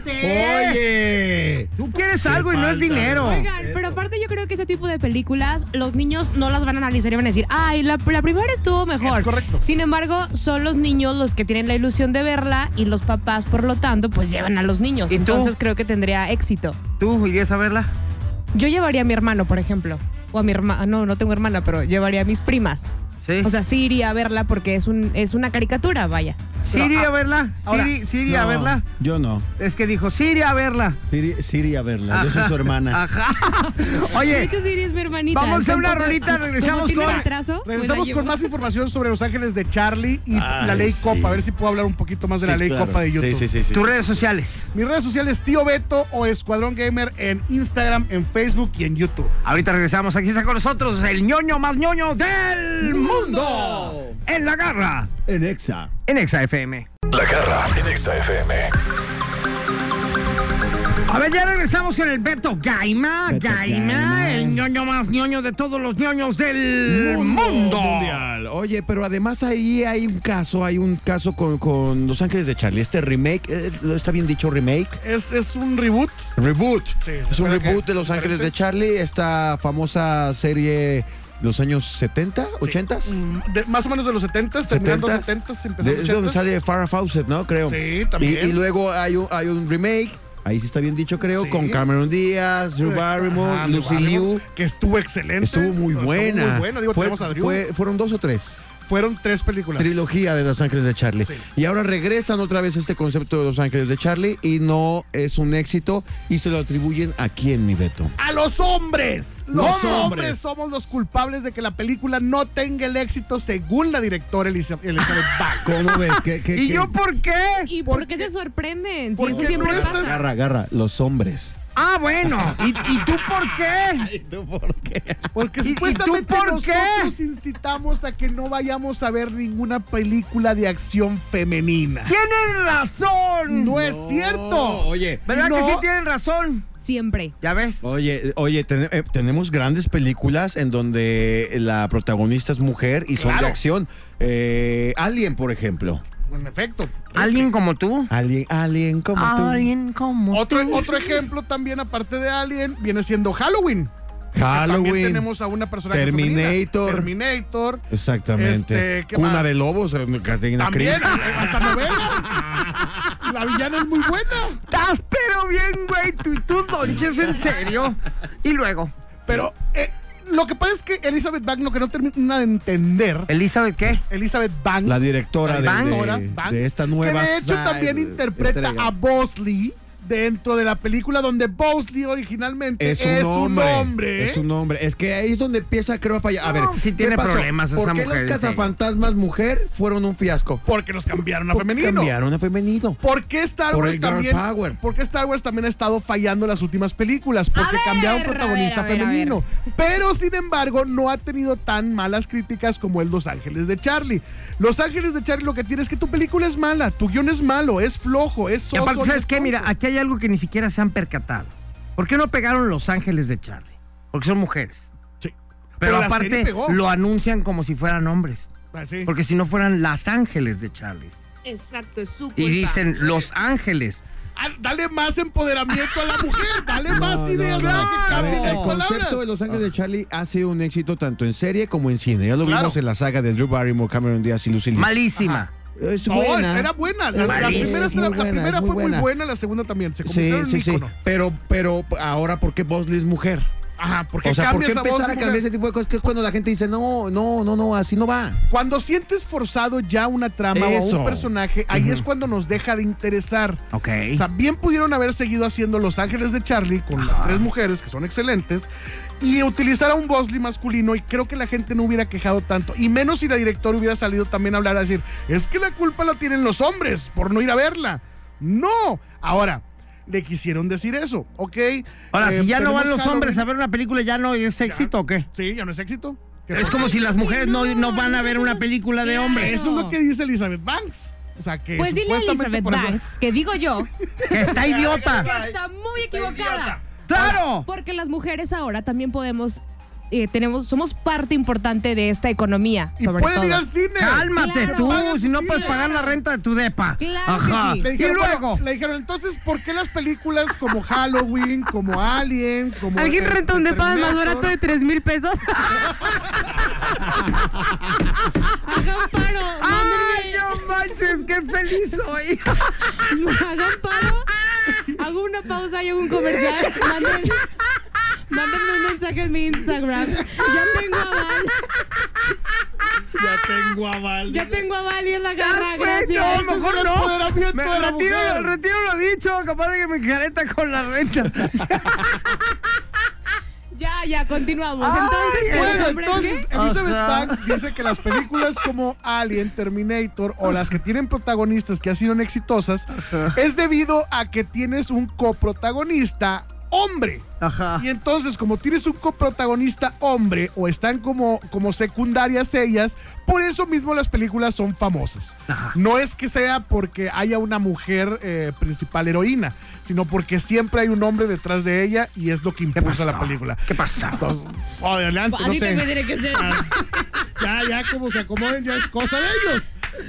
Speaker 1: Oye. Tú quieres algo y no es dinero.
Speaker 3: Oigan, pero aparte yo creo que ese tipo de películas los niños no las van a analizar y van a decir, ay, la, la primera estuvo mejor.
Speaker 6: Es correcto.
Speaker 3: Sin embargo, son los niños los que tienen la ilusión de verla y los papás, por lo tanto, pues llevan a los niños.
Speaker 1: ¿Y tú?
Speaker 3: Entonces creo que tendría éxito.
Speaker 1: ¿Tú irías a verla?
Speaker 3: Yo llevaría a mi hermano, por ejemplo. O a mi hermana, no, no tengo hermana, pero llevaría a mis primas.
Speaker 1: Sí.
Speaker 3: O sea, sí iría a verla porque es, un, es una caricatura, vaya.
Speaker 1: ¿Sí iría a verla? ¿Sí
Speaker 6: ah, ahora-
Speaker 1: iría- ¿Sí iría a
Speaker 2: No,
Speaker 1: verla?
Speaker 2: Yo no.
Speaker 1: Es que dijo, sí iría a verla.
Speaker 2: Siri, Siri a verla. Yo soy su hermana.
Speaker 1: Ajá.
Speaker 3: De
Speaker 1: Oye,
Speaker 3: hecho, sí es mi hermanita.
Speaker 1: Vamos a hacer una
Speaker 3: Tampoco-
Speaker 1: rolita,
Speaker 3: como
Speaker 1: regresamos
Speaker 3: tiene
Speaker 1: con-
Speaker 3: retraso, pues la
Speaker 6: Regresamos
Speaker 3: llevo.
Speaker 6: con más información sobre Los Ángeles de Charlie y
Speaker 2: Ay,
Speaker 6: la Ley
Speaker 2: Ah, sí.
Speaker 6: Copa. A ver si puedo hablar un poquito más de la
Speaker 2: Sí,
Speaker 6: Ley
Speaker 2: claro.
Speaker 6: Copa de YouTube.
Speaker 2: Sí, sí, sí. sí.
Speaker 1: tus redes sociales.
Speaker 6: Mis redes sociales, Tío Beto o Escuadrón Gamer en Instagram, en Facebook y en YouTube.
Speaker 1: Ahorita regresamos. Aquí está con nosotros el ñoño más ñoño del mundo. En la garra.
Speaker 2: En Exa.
Speaker 1: En Exa FM.
Speaker 5: La garra en Exa FM.
Speaker 1: A ver, ya regresamos con el Beto Gaima.
Speaker 2: Beto
Speaker 1: Gaima,
Speaker 2: Gaima.
Speaker 1: el ñoño más ñoño de todos los ñoños del mundo.
Speaker 2: mundial. Oye, pero además ahí hay un caso, hay un caso con, con Los Ángeles de Charlie. Este remake, eh, ¿está bien dicho remake?
Speaker 6: Es, es un reboot.
Speaker 2: Reboot.
Speaker 6: Sí,
Speaker 2: es un
Speaker 6: recuerda que
Speaker 2: reboot de Los
Speaker 6: diferente.
Speaker 2: Ángeles de Charlie, esta famosa serie de los años 70, 80s.
Speaker 6: Mm, de- más o menos de los 70s, terminando
Speaker 2: 70s.
Speaker 6: 70s,
Speaker 2: De-
Speaker 6: empezando
Speaker 2: Es donde
Speaker 6: 80s.
Speaker 2: sale Farrah Fawcett, ¿no? Creo.
Speaker 6: Sí, también.
Speaker 2: Y, y luego hay un, hay un remake, ahí sí está bien dicho, creo,
Speaker 6: Sí.
Speaker 2: con Cameron Díaz, Drew
Speaker 6: Ajá,
Speaker 2: Barrymore,
Speaker 6: Drew
Speaker 2: Lucy
Speaker 6: Barrymore,
Speaker 2: Liu.
Speaker 6: Que estuvo excelente.
Speaker 2: Estuvo muy buena.
Speaker 6: muy buena. Digo,
Speaker 2: Fue-
Speaker 6: tenemos a Drew.
Speaker 2: fue- fueron dos o tres.
Speaker 6: Fueron tres películas.
Speaker 2: Trilogía de Los Ángeles de Charlie.
Speaker 6: Sí.
Speaker 2: Y ahora regresan otra vez este concepto de Los Ángeles de Charlie y no es un éxito y se lo atribuyen a quién, mi Beto.
Speaker 6: a los hombres. Los,
Speaker 2: Los
Speaker 6: hombres.
Speaker 2: hombres.
Speaker 6: somos los culpables de que la película no tenga el éxito según la directora Elisa- Elizabeth Banks.
Speaker 2: Ah, ¿Cómo ves? ¿Qué, qué,
Speaker 1: ¿Y
Speaker 2: qué?
Speaker 1: yo por qué?
Speaker 3: ¿Y por qué se sorprenden? Si
Speaker 6: Porque
Speaker 3: eso siempre
Speaker 6: no
Speaker 3: pasa.
Speaker 6: estás-
Speaker 2: Agarra, agarra, los hombres.
Speaker 1: Ah, bueno. ¿Y, y tú por qué?
Speaker 6: Porque
Speaker 1: ¿Y- y tú
Speaker 6: supuestamente
Speaker 1: por
Speaker 6: nosotros
Speaker 1: qué?
Speaker 6: incitamos a que no vayamos a ver ninguna película de acción femenina.
Speaker 1: Tienen razón.
Speaker 6: No es cierto.
Speaker 2: Oye,
Speaker 1: ¿Verdad
Speaker 6: Si no-
Speaker 1: que sí tienen razón?
Speaker 3: Siempre.
Speaker 1: Ya ves.
Speaker 2: oye, oye, ten- eh, tenemos grandes películas en donde la protagonista es mujer y son
Speaker 6: Claro.
Speaker 2: de acción. Eh, Alien, por ejemplo.
Speaker 6: En efecto.
Speaker 1: ¿Alguien como tú?
Speaker 2: Alien, Alien, como tú.
Speaker 1: como
Speaker 6: Otro, otro ejemplo también, aparte de Alien, viene siendo Halloween. También
Speaker 2: Halloween.
Speaker 6: tenemos a una persona
Speaker 2: Terminator.
Speaker 6: Terminator.
Speaker 2: Exactamente.
Speaker 6: Este, ¿qué
Speaker 2: Cuna
Speaker 6: más?
Speaker 2: de lobos, eh, Catarina
Speaker 6: También, eh,
Speaker 2: Creed.
Speaker 6: hasta novela. La villana es muy buena.
Speaker 1: Estás pero bien, güey. Tú y tus lonches, en serio. Y luego,
Speaker 6: Pero eh, lo que pasa es que Elizabeth Banks lo que no termina de entender,
Speaker 1: ¿Elizabeth qué?
Speaker 6: Elizabeth Banks,
Speaker 2: La directora de,
Speaker 1: Banks.
Speaker 2: de-
Speaker 6: Banks,
Speaker 2: de esta nueva.
Speaker 6: que de hecho
Speaker 2: sa-
Speaker 6: también
Speaker 2: eh,
Speaker 6: interpreta
Speaker 2: entrega.
Speaker 6: a Bosley dentro de la película donde Bosley originalmente
Speaker 2: Es un, hombre, Es
Speaker 6: ¿eh?
Speaker 2: un hombre. Es que ahí es donde empieza, creo, a fallar. A ver,
Speaker 1: No, sí
Speaker 2: ¿qué
Speaker 1: tiene
Speaker 2: pasó?
Speaker 1: problemas
Speaker 2: ¿Por
Speaker 1: esa
Speaker 2: qué
Speaker 1: mujer, en
Speaker 2: los cazafantasmas mujer fueron un fiasco?
Speaker 6: porque los cambiaron a
Speaker 2: Porque
Speaker 6: femenino.
Speaker 2: Cambiaron a femenino.
Speaker 6: ¿Por qué Star
Speaker 2: Por
Speaker 6: Wars
Speaker 2: el girl
Speaker 6: también?
Speaker 2: power.
Speaker 6: ¿Por qué Star Wars también ha estado fallando en las últimas películas? Porque
Speaker 3: ver,
Speaker 6: cambiaron
Speaker 3: a ver,
Speaker 6: protagonista
Speaker 3: a ver, a
Speaker 6: femenino. Pero sin embargo, no ha tenido tan malas críticas como el Los Ángeles de Charlie. Los Ángeles de Charlie lo que tiene es que tu película es mala, tu guión es malo, es flojo, es
Speaker 1: Y
Speaker 6: soso,
Speaker 1: aparte,
Speaker 6: no
Speaker 1: ¿sabes
Speaker 6: es
Speaker 1: qué?
Speaker 6: tonto.
Speaker 1: Mira, aquí hay algo que ni siquiera se han percatado. ¿Por qué no pegaron Los Ángeles de Charlie? Porque son mujeres.
Speaker 6: Sí.
Speaker 1: Pero,
Speaker 6: la serie
Speaker 1: aparte,
Speaker 6: pegó.
Speaker 1: lo anuncian como si fueran hombres.
Speaker 6: Ah, sí.
Speaker 1: Porque si no fueran Las Ángeles de Charlie.
Speaker 6: Pues
Speaker 3: Exacto, es su
Speaker 1: Y dicen Los Ángeles.
Speaker 6: Ah, Dale más empoderamiento a la mujer, dale más ideas,
Speaker 2: no,
Speaker 6: dale
Speaker 2: no.
Speaker 6: que
Speaker 2: A
Speaker 6: cambien
Speaker 2: ver,
Speaker 6: las
Speaker 2: el
Speaker 6: palabras.
Speaker 2: concepto de Los Ángeles de Charlie ha sido un éxito tanto en serie como en cine. Ya lo
Speaker 6: Claro.
Speaker 2: vimos en la saga de Drew Barrymore, Cameron Diaz y Lucille. Lee.
Speaker 1: Malísima.
Speaker 2: Es
Speaker 6: No,
Speaker 2: buena.
Speaker 6: era buena. La, la
Speaker 1: Malísima.
Speaker 6: primera,
Speaker 2: Es muy
Speaker 6: la
Speaker 2: buena,
Speaker 6: primera
Speaker 2: es muy
Speaker 6: fue muy
Speaker 2: buena.
Speaker 6: buena, la segunda también. Se
Speaker 2: Sí,
Speaker 6: convirtieron en
Speaker 2: sí,
Speaker 6: un
Speaker 2: sí.
Speaker 6: ícono.
Speaker 2: Pero, pero ahora, ¿por qué Bosley es mujer?
Speaker 6: Ajá, porque
Speaker 2: O sea, ¿por
Speaker 6: cambia
Speaker 2: qué
Speaker 6: esa voz
Speaker 2: empezar
Speaker 6: de
Speaker 2: a
Speaker 6: mujer.
Speaker 2: cambiar ese tipo de cosas? Que es cuando la gente dice, no, no, no, no, así no va.
Speaker 6: Cuando sientes forzado ya una trama o a
Speaker 2: Eso.
Speaker 6: un personaje, ahí es cuando nos deja de interesar.
Speaker 1: Ok.
Speaker 6: O sea, bien pudieron haber seguido haciendo Los Ángeles de Charlie con las tres mujeres, que son excelentes, y utilizar a un Bosley masculino, y creo que la gente no hubiera quejado tanto. Y menos si la directora hubiera salido también a hablar a decir, es que la culpa la tienen los hombres por no ir a verla. No. Ahora, le quisieron decir eso, ¿ok?
Speaker 1: Ahora,
Speaker 6: Eh,
Speaker 1: si ya no
Speaker 6: tenemos
Speaker 1: van los
Speaker 6: Halloween.
Speaker 1: hombres a ver una película, ¿ya no es éxito o qué?
Speaker 6: Sí, ya no es éxito. ¿Qué
Speaker 1: Es
Speaker 6: pasa?
Speaker 1: como si las mujeres no, no van a ver una película de hombres.
Speaker 6: Eso es lo que dice Elizabeth Banks. O sea, que
Speaker 3: Pues dile a
Speaker 6: supuestamente
Speaker 3: Elizabeth
Speaker 6: por eso-
Speaker 3: Banks, que digo
Speaker 6: [laughs]
Speaker 3: yo,
Speaker 1: Que está idiota.
Speaker 3: que está muy equivocada.
Speaker 1: ¡Claro!
Speaker 3: Porque las mujeres ahora también podemos, eh, tenemos, somos parte importante de esta economía,
Speaker 6: Y
Speaker 3: sobre
Speaker 6: pueden
Speaker 3: todo.
Speaker 6: ir al cine.
Speaker 1: Cálmate
Speaker 3: Claro.
Speaker 1: tú,
Speaker 6: Pagan
Speaker 1: si no
Speaker 6: tus
Speaker 1: puedes
Speaker 6: cines.
Speaker 1: pagar la renta de tu depa.
Speaker 3: Claro
Speaker 1: Ajá.
Speaker 3: que sí.
Speaker 6: Le
Speaker 1: Y
Speaker 6: dijeron,
Speaker 1: luego,
Speaker 6: bueno, le dijeron, entonces, ¿por qué las películas como Halloween, como Alien, como.
Speaker 9: ¿Alguien
Speaker 6: eh,
Speaker 1: este
Speaker 9: renta un depa más
Speaker 6: Terminator?
Speaker 9: barato de 3 mil
Speaker 1: [laughs]
Speaker 9: pesos?
Speaker 3: Hagan
Speaker 6: [laughs]
Speaker 3: paro,
Speaker 1: ¡ay,
Speaker 3: mándenme-
Speaker 1: no manches! ¡Qué feliz soy!
Speaker 3: hagan
Speaker 6: [laughs]
Speaker 3: paro, hago una pausa y hago un comercial. Mándenme, mándenme un mensaje en mi Instagram. Ya tengo aval,
Speaker 6: Ya tengo aval.
Speaker 3: ya tengo aval y es la garra,
Speaker 1: Ah, No,
Speaker 3: gracias.
Speaker 1: mejor
Speaker 6: el
Speaker 1: no.
Speaker 6: empoderamiento
Speaker 1: Me
Speaker 6: de la
Speaker 1: retiro,
Speaker 6: mujer.
Speaker 1: retiro lo dicho. Capaz de que me careta con la renta.
Speaker 3: Ya, ya, continuamos.
Speaker 1: Ay,
Speaker 3: Entonces, ¿con los
Speaker 6: Bueno,
Speaker 3: hombres
Speaker 6: entonces,
Speaker 3: qué?
Speaker 6: Elizabeth
Speaker 1: Ajá.
Speaker 6: Banks dice que las películas como Alien, Terminator o las que tienen protagonistas que han sido exitosas es debido a que tienes un coprotagonista hombre.
Speaker 1: Ajá.
Speaker 6: Y entonces, como tienes un coprotagonista hombre o están como, como secundarias ellas, por eso mismo las películas son famosas. No es que sea porque haya una mujer eh, principal heroína, sino porque siempre hay un hombre detrás de ella y es lo que impulsa la película.
Speaker 1: ¿Qué pasa?
Speaker 6: Entonces, oh, adelante, no
Speaker 3: Así
Speaker 6: sé.
Speaker 3: también tiene que ser. [laughs]
Speaker 6: Ya, ya, como se acomoden, ya es cosa de ellos.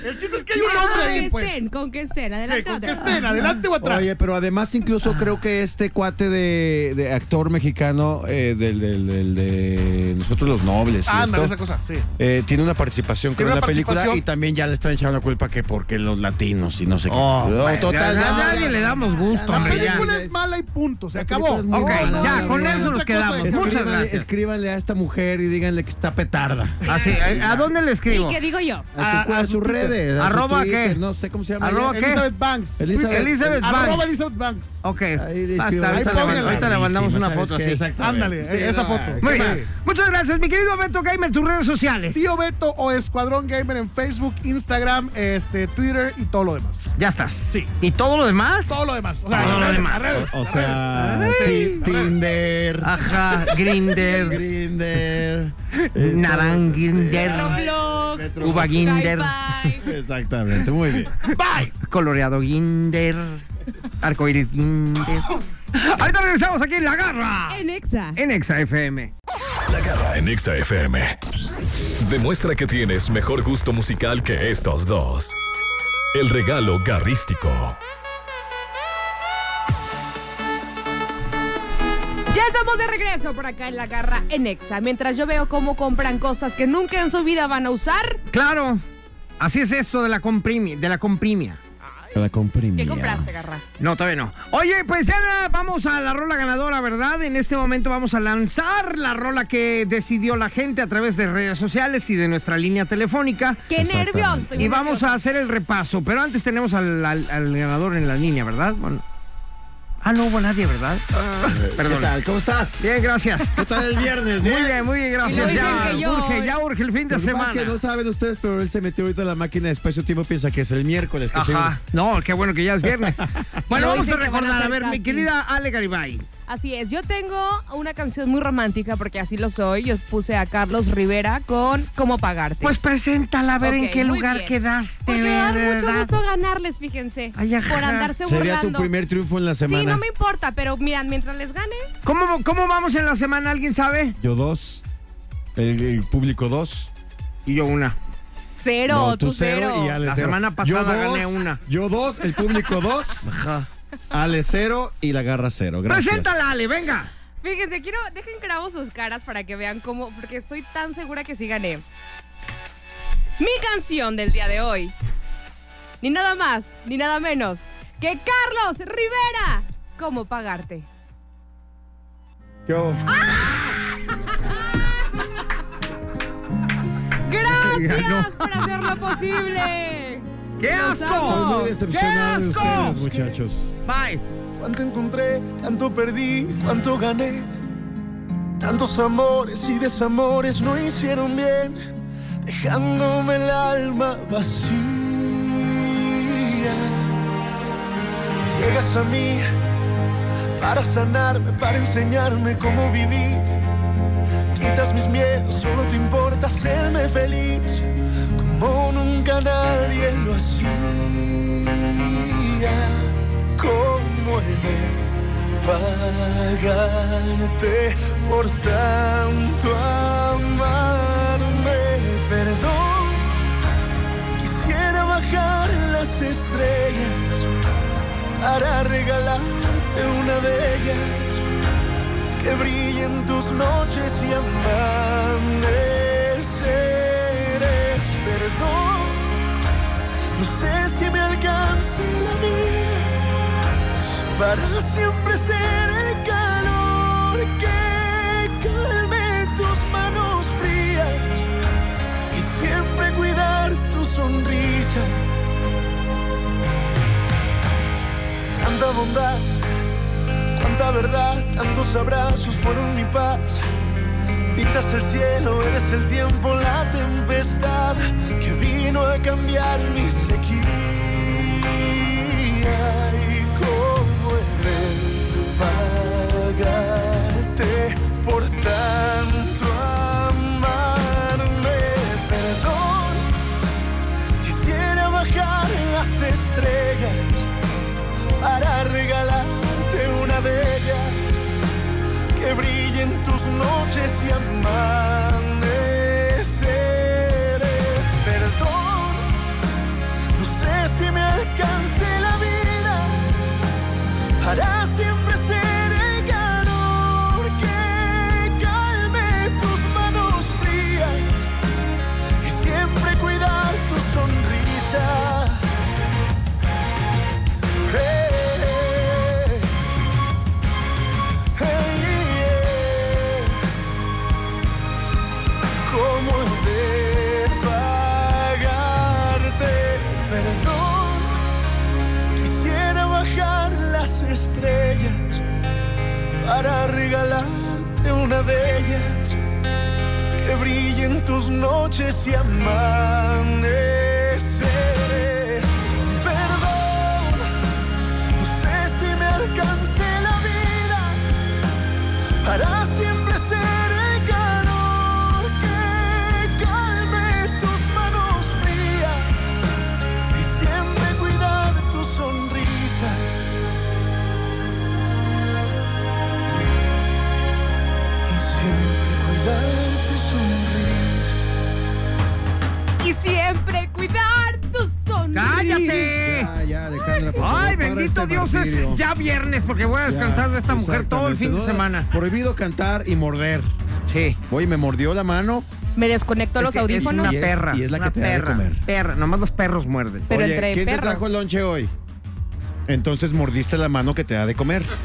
Speaker 6: El chiste es que hay un
Speaker 3: Ah,
Speaker 6: hombre
Speaker 3: que
Speaker 6: ahí, pues.
Speaker 3: estén, con que estén,
Speaker 6: Que,
Speaker 3: adelante.
Speaker 6: con que
Speaker 3: atrás.
Speaker 6: estén, adelante o atrás.
Speaker 2: Oye, pero además incluso creo que este cuate de, de actor mexicano eh, del, del- del- de Nosotros los Nobles. y
Speaker 6: Ah, ándale,
Speaker 2: esto,
Speaker 6: esa cosa, sí.
Speaker 2: eh, tiene una participación creo,
Speaker 6: Tiene
Speaker 2: en
Speaker 6: una
Speaker 2: la película
Speaker 6: participación.
Speaker 2: y también ya le están echando la culpa que porque los latinos y no sé qué.
Speaker 1: Oh,
Speaker 2: No,
Speaker 1: bueno,
Speaker 2: total,
Speaker 1: ya,
Speaker 2: no,
Speaker 1: ya,
Speaker 2: ya,
Speaker 1: nadie
Speaker 2: ya,
Speaker 1: le
Speaker 2: ya,
Speaker 1: damos gusto,
Speaker 6: La
Speaker 1: hombre. ya.
Speaker 6: película es mala y punto, se
Speaker 2: La
Speaker 6: acabó.
Speaker 2: película es muy
Speaker 1: Ok,
Speaker 2: mala,
Speaker 1: ya,
Speaker 2: no,
Speaker 1: con
Speaker 2: no,
Speaker 1: eso
Speaker 2: no.
Speaker 1: nos
Speaker 6: otra cosa,
Speaker 1: quedamos.
Speaker 6: es que
Speaker 1: Muchas
Speaker 2: Escríbanle,
Speaker 1: gracias.
Speaker 2: escríbanle a esta mujer y díganle que está petarda.
Speaker 1: Así, Ah, ¿A a dónde le
Speaker 3: ¿Y
Speaker 1: escribo?
Speaker 3: qué digo yo?
Speaker 2: A, su-
Speaker 6: A-
Speaker 2: a
Speaker 6: a
Speaker 2: sus
Speaker 6: su Twitter.
Speaker 2: redes. a su
Speaker 1: ¿Arroba
Speaker 2: Twitter,
Speaker 1: qué?
Speaker 2: No sé cómo se llama.
Speaker 1: ¿Arroba
Speaker 2: ella.
Speaker 1: qué?
Speaker 6: Elizabeth Banks.
Speaker 2: Elizabeth-
Speaker 1: Elizabeth
Speaker 6: Arroba
Speaker 1: Banks.
Speaker 6: Elizabeth Banks.
Speaker 1: Ok,
Speaker 2: Ahí le
Speaker 1: basta,
Speaker 2: escribo,
Speaker 1: ahorita,
Speaker 6: Ahí
Speaker 1: le,
Speaker 6: póngale.
Speaker 1: ahorita le mandamos una
Speaker 2: ¿sabes
Speaker 1: foto eh,
Speaker 2: qué?
Speaker 1: así.
Speaker 2: Exactamente.
Speaker 6: Ándale,
Speaker 2: Sí,
Speaker 6: esa
Speaker 2: no,
Speaker 6: foto.
Speaker 2: ¿qué
Speaker 1: Muy
Speaker 6: eh, ¿Qué
Speaker 2: más?
Speaker 1: bien. Muchas gracias, mi querido Beto Gamer, tus redes sociales.
Speaker 6: Tío Beto o Escuadrón Gamer en Facebook, Instagram, este, Twitter y todo lo demás.
Speaker 1: Ya estás.
Speaker 6: Sí.
Speaker 1: ¿Y todo lo demás?
Speaker 6: Todo lo demás. O sea,
Speaker 1: Todo lo
Speaker 6: redes,
Speaker 1: demás.
Speaker 6: redes,
Speaker 2: O
Speaker 6: redes.
Speaker 2: sea, ti- Tinder,
Speaker 1: Ajá, Grinder,
Speaker 2: Grinder, eh,
Speaker 1: Naranginder,
Speaker 3: Metroflog,
Speaker 1: Uva Ginder,
Speaker 3: Hi-Fi.
Speaker 2: Exactamente, muy bien.
Speaker 6: Bye.
Speaker 1: Coloreado Ginder, Arcoiris Ginder. Ahorita regresamos aquí en La Garra,
Speaker 3: En Exa.
Speaker 1: en Exa FM.
Speaker 7: La garra en Exa FM. Demuestra que tienes mejor gusto musical que estos dos. El regalo garrístico.
Speaker 3: Ya estamos de regreso por acá en la garra en Exa. Mientras yo veo cómo compran cosas que nunca en su vida van a usar.
Speaker 1: Claro, así es esto de la, comprimi- de la comprimia.
Speaker 2: La comprimía.
Speaker 3: ¿Qué compraste, garra?
Speaker 1: No, todavía no. Oye, pues ya vamos a la rola ganadora, ¿verdad? En este momento vamos a lanzar la rola que decidió la gente a través de redes sociales y de nuestra línea telefónica.
Speaker 3: ¡Qué
Speaker 2: Exactamente.
Speaker 3: nervios! Estoy muy
Speaker 1: Y vamos
Speaker 3: nerviosa.
Speaker 1: a hacer el repaso, pero antes tenemos al, al- al ganador en la línea, ¿verdad? Bueno. Ah, no hubo nadie, ¿verdad?
Speaker 2: Eh, ¿Qué tal? ¿Cómo estás?
Speaker 1: Bien, gracias.
Speaker 2: ¿Qué tal el viernes?
Speaker 1: Muy bien, muy bien,
Speaker 3: Y
Speaker 1: gracias.
Speaker 3: luego
Speaker 1: Ya
Speaker 3: dicen que yo-
Speaker 1: urge, ya urge el fin de
Speaker 2: Lo Pues, que pasa
Speaker 1: semana.
Speaker 2: es que no saben ustedes, pero él se metió ahorita en la máquina de espacio-tiempo piensa que es el miércoles. Que
Speaker 1: Ajá. No, qué bueno que ya es
Speaker 3: [laughs]
Speaker 1: viernes. Bueno,
Speaker 3: Luego
Speaker 1: vamos a
Speaker 3: dicen que van a
Speaker 1: recordar, a
Speaker 3: hacer
Speaker 1: ver, mi
Speaker 3: casting.
Speaker 1: querida Ale Garibay.
Speaker 3: Así es, yo tengo una canción muy romántica porque así lo soy. Yo puse a Carlos Rivera con ¿Cómo pagarte?
Speaker 1: Pues preséntala, a ver en
Speaker 3: Ok,
Speaker 1: qué
Speaker 3: muy
Speaker 1: lugar
Speaker 3: bien.
Speaker 1: quedaste,
Speaker 3: porque me da mucho
Speaker 1: ¿verdad?
Speaker 3: gusto ganarles, fíjense.
Speaker 1: Ay, ajá.
Speaker 3: por andarse
Speaker 2: se- Sería tu
Speaker 3: burlando.
Speaker 2: primer triunfo en la semana.
Speaker 3: Sí, no me importa, pero miran, mientras les gane,
Speaker 1: ¿Cómo, ¿Cómo vamos en la semana? ¿Alguien sabe?
Speaker 2: Yo dos, el, el público dos.
Speaker 1: Y yo una.
Speaker 3: cero,
Speaker 2: No,
Speaker 3: tú, cero.
Speaker 2: y Ale
Speaker 1: La
Speaker 2: cero.
Speaker 1: semana pasada gané una.
Speaker 2: Yo dos, el público dos.
Speaker 1: Ajá.
Speaker 2: Ale cero y la garra cero. Gracias.
Speaker 1: Preséntala, Ale, venga.
Speaker 3: Fíjense, quiero, dejen grabo sus caras para que vean cómo, porque estoy tan segura que sí gané. Mi canción del día de hoy, ni nada más, ni nada menos, que Carlos Rivera, ¿cómo pagarte?
Speaker 2: Yo.
Speaker 3: Gracias por hacerlo posible.
Speaker 1: ¡Qué
Speaker 3: Los
Speaker 1: asco!
Speaker 3: amo.
Speaker 2: Pues Muy decepcionado de
Speaker 1: ¡Qué
Speaker 2: ustedes,
Speaker 1: asco!
Speaker 2: muchachos.
Speaker 1: Bye.
Speaker 10: Cuánto encontré, tanto perdí, cuánto gané. Tantos amores y desamores no hicieron bien, dejándome el alma vacía. Llegas a mí para sanarme, para enseñarme cómo vivir. Quitas mis miedos, solo te importa hacerme feliz, como nunca nadie lo hacía como he de pagarte por tanto amarme. Perdón, quisiera bajar las estrellas para regalarte una de ellas que brillen tus noches y amaneceres. Perdón, no sé si me alcance la vida para siempre ser el calor que calme tus manos frías y siempre cuidar tu sonrisa. Tanta bondad, cuánta verdad, tantos abrazos fueron mi paz. Pintas el cielo, eres el tiempo, la tempestad que vino a cambiar mi sequía. Y cómo he de pagarte por tanto amarme. Perdón, quisiera bajar las estrellas para regalarte una de ellas que brillen tus noches y amaneceres. Perdón, no sé si me alcance la vida para siempre ser el calor que calme tus manos frías y siempre cuidar tu sonrisa. Hey, Hey, ¿Cómo he de pagarte? Perdón, quisiera bajar las estrellas para regalarte una de ellas que brillen tus noches y amaneceres. Perdón, no sé si me alcance la vida para siempre ser el calor que calme tus manos frías y siempre cuidar tu sonrisa. Y siempre cuidar tu sonrisa.
Speaker 3: Y siempre cuidar tu sonrisa.
Speaker 1: ¡Cállate!
Speaker 2: Ya, ya, Alejandra, por favor,
Speaker 1: Ay,
Speaker 2: para
Speaker 1: bendito
Speaker 2: este
Speaker 1: Dios,
Speaker 2: martirio.
Speaker 1: es ya viernes porque voy a
Speaker 2: Ya,
Speaker 1: descansar de esta mujer todo el
Speaker 2: exactamente.
Speaker 1: fin de
Speaker 2: Todo-
Speaker 1: semana.
Speaker 2: Prohibido cantar y morder.
Speaker 1: Sí.
Speaker 2: Oye, me mordió la mano.
Speaker 3: Me desconectó los
Speaker 1: Es que es
Speaker 3: audífonos.
Speaker 2: Y
Speaker 1: una
Speaker 2: es-
Speaker 1: perra.
Speaker 2: y es la que
Speaker 1: una
Speaker 2: te da de
Speaker 1: perra,
Speaker 2: comer.
Speaker 1: Perra, nomás los perros
Speaker 2: [laughs]
Speaker 1: muerden.
Speaker 3: Pero
Speaker 2: Oye,
Speaker 3: entre
Speaker 2: ¿quién te
Speaker 3: perros.
Speaker 2: trajo el lonche hoy? Entonces mordiste la mano que te da de comer.
Speaker 3: [laughs]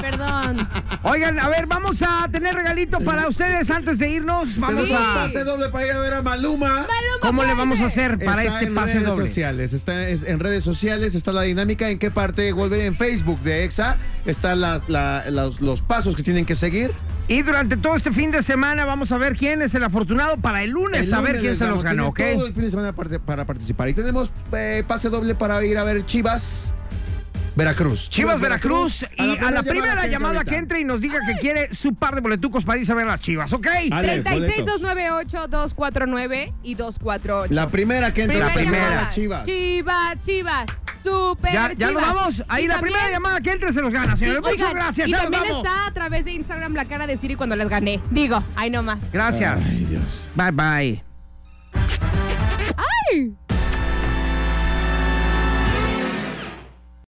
Speaker 3: Perdón.
Speaker 1: Oigan, a ver, vamos a tener regalito para ustedes antes de irnos. Vamos
Speaker 3: Sí.
Speaker 1: a.
Speaker 2: Pase doble para ir a ver a Maluma.
Speaker 1: ¿Cómo le vamos a hacer para
Speaker 2: Está
Speaker 1: este
Speaker 2: en
Speaker 1: pase
Speaker 2: redes
Speaker 1: doble?
Speaker 2: sociales, está es- en redes sociales, está la dinámica, en qué parte volver en Facebook de EXA, están las- la- los, los pasos que tienen que seguir.
Speaker 1: Y durante todo este fin de semana vamos a ver quién es el afortunado para el lunes,
Speaker 2: El
Speaker 1: a ver
Speaker 2: lunes
Speaker 1: quién
Speaker 2: les
Speaker 1: se los
Speaker 2: damos,
Speaker 1: ganó, ¿ok?
Speaker 2: tienen Todo el fin de semana parte- para participar. Y tenemos eh, pase doble para ir a ver Chivas, Veracruz.
Speaker 1: Chivas Veracruz y a la primera llamada que
Speaker 2: entre
Speaker 1: entre y nos diga que quiere su par de boletucos para irse a ver las Chivas, ¿ok?
Speaker 2: Ale,
Speaker 3: 36-298-249 y 248.
Speaker 2: La primera que entra
Speaker 3: Primera
Speaker 2: la primera,
Speaker 3: llamada.
Speaker 2: Chivas.
Speaker 3: Chivas, Chivas. Super
Speaker 1: Ya, ya nos
Speaker 3: Chivas.
Speaker 1: vamos. Ahí
Speaker 3: Y
Speaker 1: la
Speaker 3: también-
Speaker 1: primera llamada que entre se los gana,
Speaker 3: Sí,
Speaker 1: señores. Muchas
Speaker 3: oigan,
Speaker 1: gracias.
Speaker 3: Y
Speaker 1: ya nos
Speaker 3: también
Speaker 1: vamos.
Speaker 3: está a través de Instagram la cara de Siri cuando las gané. Digo, ahí nomás.
Speaker 1: Gracias.
Speaker 2: Ay, Dios.
Speaker 1: Bye bye.
Speaker 3: ¡Ay!